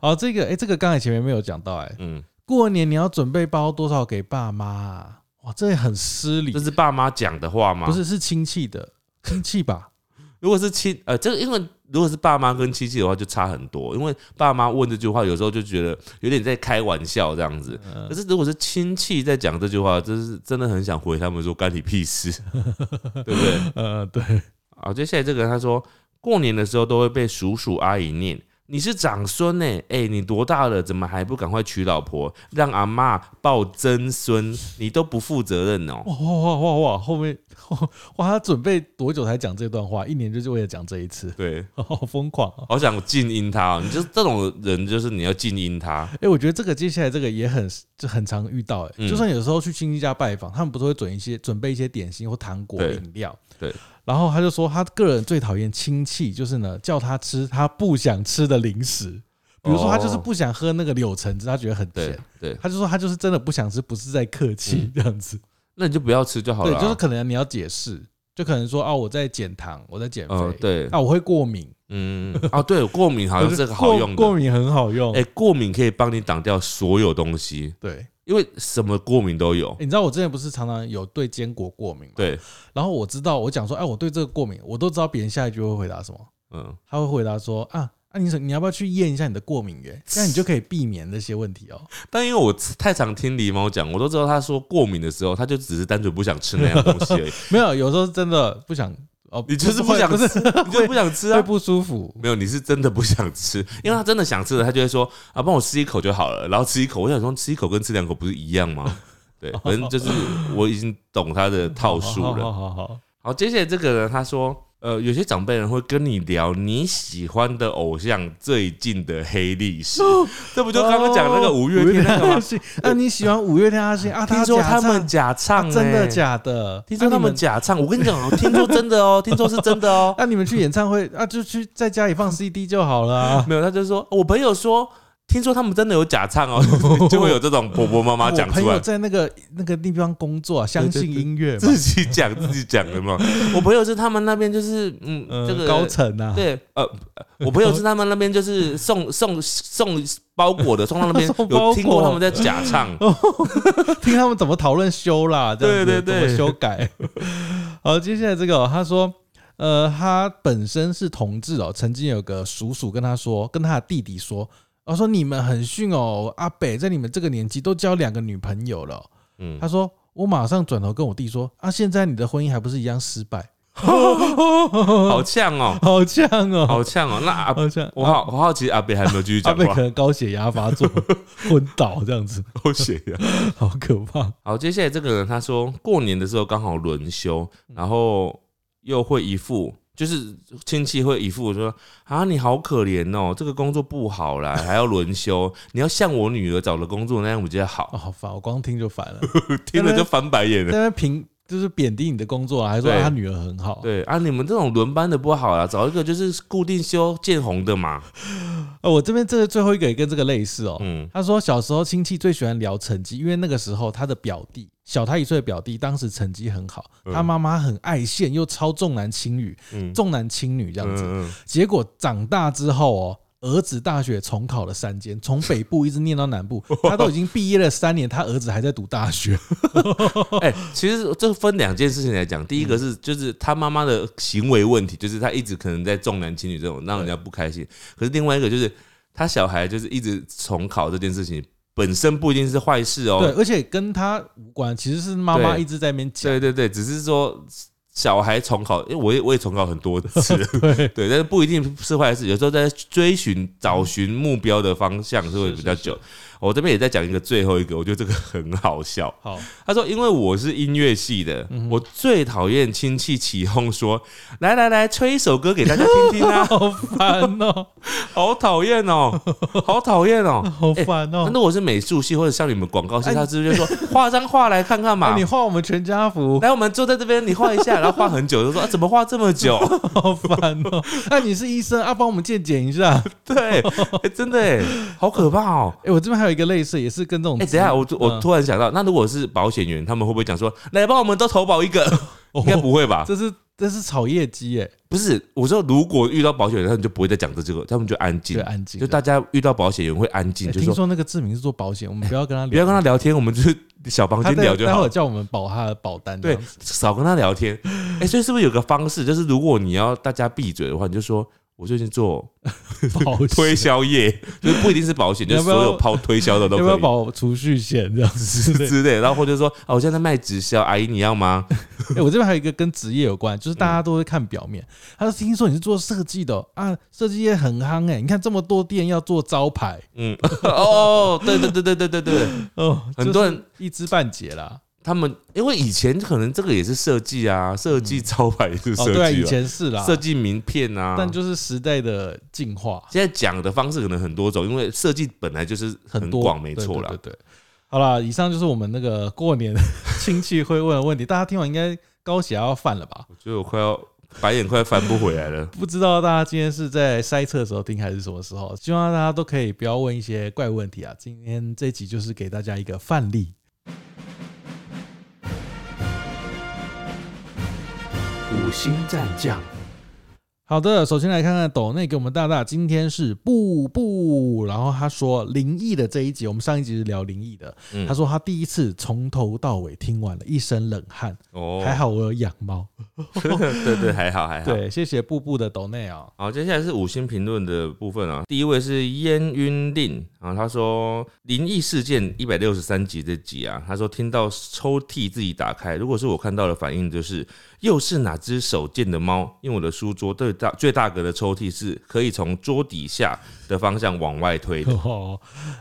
好，这个哎、这个刚才前面没有讲到哎、嗯，过年你要准备包多少给爸妈、啊？哇，这也很失礼这，是爸妈讲的话吗？不是是亲戚的亲戚吧？如果是亲，呃，这个因为如果是爸妈跟亲戚的话，就差很多。因为爸妈问这句话，有时候就觉得有点在开玩笑这样嗯子。可是如果是亲戚在讲这句话，就是真的很想回他们说干你屁事， [laughs] 对不对？ [laughs] 呃，对，好，接下来这个人他说，过年的时候都会被叔叔阿姨念。你是长孙呢、欸？哎、你多大了？怎么还不赶快娶老婆，让阿妈抱曾孙？你都不负责任哦、哇哇哇哇哇，后面 [laughs] 哇哇，他准备多久才讲这段话？一年就是为了讲这一次，对， [laughs] 好疯狂哦！好想静音他、哦。你就这种人，就是你要静音他。哎、我觉得这个接下来这个也很就很常遇到、欸，哎、嗯就算有时候去亲戚家拜访，他们不是会准一些准备一些点心或糖果、对饮料，对。然后他就说，他个人最讨厌亲戚，就是呢叫他吃他不想吃的零食，比如说他就是不想喝那个柳橙汁，他觉得很哦对甜，对，他就说他就是真的不想吃，不是在客气这样子。那你就不要吃就好对了啊、，就是可能你要解释，就可能说啊，我在减糖，我在减肥，嗯，对，啊，我会过敏，嗯，哦，对，过敏好像是个好用过过的，敏很好用，哎，过敏可以帮你挡掉所有东西，对、欸因为什么过敏都有。你知道我之前不是常常有对坚果过敏吗？，对，然后我知道我讲说，哎、我对这个过敏，我都知道别人下一句会回答什么，嗯，他会回答说啊。啊、你你要不要去验一下你的过敏源？这样你就可以避免那些问题哦。但因为我太常听狸猫讲，我都知道他说过敏的时候，他就只是单纯不想吃那样东 [laughs] 西而已，没有，有时候真的不想哦，你就是不不想会吃，你就是不想吃啊会。不舒服。没有，你是真的不想吃，因为他真的想吃的，他就会说啊，帮我吃一口就好了。然后吃一口，我想说吃一口跟吃两口不是一样 [laughs] 吗？对，反正就是我已经懂他的套数好 [laughs] 好了。好好好，好，接下来这个人他说，呃，有些长辈人会跟你聊你喜欢的偶像最近的黑 [laughs] 历史，这不就刚刚讲那个五月天那个吗？信？那啊你喜欢五月天阿信 [laughs] 啊？听说他们哦假假唱唱、啊真的欸？假的？啊听说他们假唱，我跟你讲 [laughs] 哦，听说真的哦，听说是真 [laughs] 的哦。那你们去演唱会啊，就去在家里放 CD 就好了 [laughs] 啊。没有，他就说我朋友说，听说他们真的有假 [laughs] 唱哦，就会有这种婆婆妈妈讲我朋出友来，在那个那个地方工作啊，相信音乐嘛自，己讲自己讲的嘛。 [laughs] 我朋友是他们那边就是嗯，呃这个高。层啊，对，呃，我朋友是他们那边就是送 [laughs] 送送包 [laughs] 裹的，送到那边送包裹哦有听过他们在假 [laughs] 唱，听他们怎么讨论修啦，这样子对对对怎么修改。 [laughs] 好，接下来这个、哦、他说。呃，他本身是同志哦，曾经有个叔叔跟他说，跟他的弟弟说，他、说你们很逊哦，阿北在你们这个年纪都交两个女朋友了哦、嗯他，说我马上转头跟我弟说，啊，现在你的婚姻还不是一样失败， [laughs] 好呛哦，好呛 [laughs] 哦，好呛哦。那阿，好呛，我好我好奇阿北还没有继续阿讲北话可，能高血压发作 [laughs] 昏倒这样子，好啊血呀。好可怕。好，接下来这个人他说，过年的时候刚好轮休，嗯然后又会一副就是亲戚会一副说啊，你好可怜哦，这个工作不好啦， [laughs] 还要轮休，你要像我女儿找的工作那样比较哦，好。好烦，我光听就烦了。听了就翻白 [laughs] 眼在了。那边评就是贬低你的工作啊，还说对他女儿很好。对啊，你们这种轮班的不好啦，找一个就是固定休见红的嘛。呃，我这边这个最后一个也跟这个类似哦。嗯他说小时候亲戚最喜欢聊成绩，因为那个时候他的表弟小他一岁的表弟，当时成绩很好，嗯他妈妈很爱现，又超重男轻女，嗯，重男轻女这样子。嗯嗯结果长大之后哦，儿子大学重考了三间，从北部一直念到南 [laughs] 部，他都已经毕业了三年，他儿子还在读大学。 [laughs] 哎、其实这分两件事情来讲，第一个是就是他妈妈的行为问题，就是他一直可能在重男轻女这种让人家不开心。可是另外一个就是他小孩就是一直重考这件事情本身不一定是坏事哦、对，而且跟他无关，其实是妈妈对一直在那边讲。对对对，只是说小孩重考，因为我也我也重考很多次， [laughs] 对但是不一定是坏事。有时候在追寻找寻目标的方向是会比较久。我这边也在讲一个最后一个，我觉得这个很好笑。好，他说：“因为我是音乐系的，嗯我最讨厌亲戚起哄说，来来来，吹一首歌给大家听听 [laughs] 啊，好烦哦，好讨厌哦，好讨厌哦。 [laughs] 好烦哦。那如果是美术系或者像你们广告系，他是不是就说画张画来看看那嘛哎你？画我们全家 [laughs] 福，来，我们坐在这边，你画一下，然后画很久，就说、啊、怎么画这么 [laughs] 久？好烦 [laughs] 哦。那你是医生啊，帮我们鉴检一下。对，哎真的哎，好可怕哦。”哎，我这边还有一个类似，也是跟这种。哎、等一下，我我嗯突然想到，那如果是保险员，他们会不会讲说，来帮我们都投保 [laughs] 一个？应该不会吧？这是这是草叶鸡哎，不是，我说如果遇到保险员，他们就不会再讲这这个，他们就安静对，，安静就。大家遇到保险员会安静，哎就听说哎说那个志明是做保险，我们不要跟他不要聊，跟他聊天，我们就是小房他间待聊就待会好儿。叫我们保他的保单。对，少跟他聊天。哎，所以是不是有个方式，就是如果你要大家闭嘴的话，你就说我最近做保 [laughs] 险推销 [laughs] 业，就是不一定是保险，就要是不要所有抛推销的都要不要可以。保储蓄险这样子？ [laughs] 对之类，然后或者说，啊，我现在在卖直销，阿姨你要吗？ [laughs] 哎，我这边还有一个跟职业有关，就是大家都会看表面。嗯他说：“听说你是做设计的哦啊，设计业很夯哎，你看这么多店要做招牌嗯，哦，对对对对对对对，哦，嗯很多人就是一知半解啦。他们因为以前可能这个也是设计啊，设计招牌也是哦， [laughs] 设对啊，计以吧，前是啦，设计名片啊，但就是时代的进化现在讲的方式可能很多种，因为设计本来就是很多，广，没错对啦。对对对好啦，以上就是我们那个过年亲戚会问的问题，大家听完应该高血压要犯了 [laughs] 吧？。我觉得我快要白眼快翻不回来了不知道大家今天是在塞车的时候听还是什么时候？希望大家都可以不要问一些怪问题啊！今天这集就是给大家一个范例。五星战将，好的，首先来看看斗内给我们大大，今天是布布，然后他说灵异的这一集，我们上一集是聊灵异的，嗯他说他第一次从头到尾听完了，一身冷汗，哦 [laughs] 还，好我有养猫， [laughs] 对对，还好还好。对，谢谢布布的斗内 [laughs] 哦，好，接下来是五星评论的部分啊。第一位是烟晕令啊，他说《灵异事件》一百六十三集这集啊，他说听到抽屉自己打开，如果是我看到的反应就是又是哪只手贱的猫，因为我的书桌最大最大格的抽屉是可以从桌底下的方向往外推的。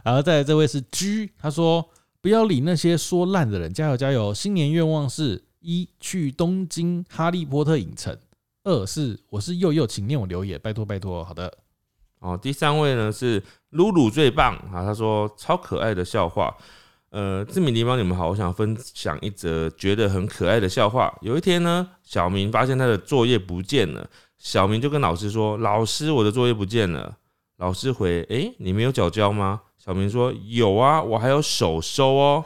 然后再来这位是 G，他说不要理那些说烂的人，加油加油！新年愿望是一去东京哈利波特影城，二是我是佑佑，请念我留言，拜托拜 [laughs] 托，好的，哦，第三位呢是露露最棒啊，他说超可爱的笑话。呃，志明狸猫，你们好，我想分享一则觉得很可爱的笑话。有一天呢，小明发现他的作业不见了，小明就跟老师说：“老师，我的作业不见了。”老师回：“诶、你没有脚交吗？”小明说：“有啊，我还有手收哦。”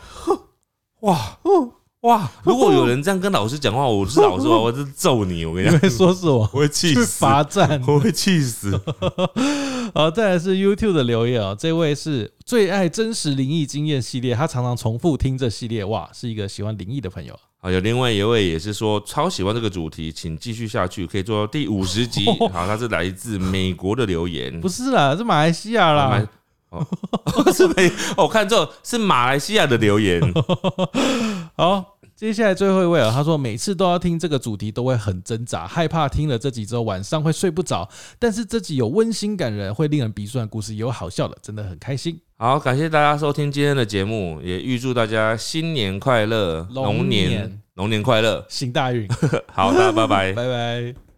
[laughs] 哇哦哇！如果有人这样跟老师讲话，我是老 [laughs] 师，我是揍你！我跟你你讲，会说是我我会气去死，罚 [laughs] 站。我会气死。好，再来是 YouTube 的留言哦，这位是最爱真实灵异经验系列，他常常重复听这系列，哇，是一个喜欢灵异的朋友。啊好，有另外一位也是说超喜欢这个主题，请继续下去，可以做到第五 [laughs] 十集。好，他是来自美国的留言，哦不是啊啦，是马来西亚马啦来。哦， [laughs] 是美，哦我看错，是马来西亚的 [laughs] 留言。好，接下来最后一位啊，他说每次都要听这个主题都会很挣扎，害怕听了这集之后晚上会睡不着，但是这集有温馨感人、会令人鼻酸的故事，也有好笑的，真的很开心。好，感谢大家收听今天的节目，也预祝大家新年快乐，龙龙年年龙年快乐。行大运，好，大家拜拜。拜拜。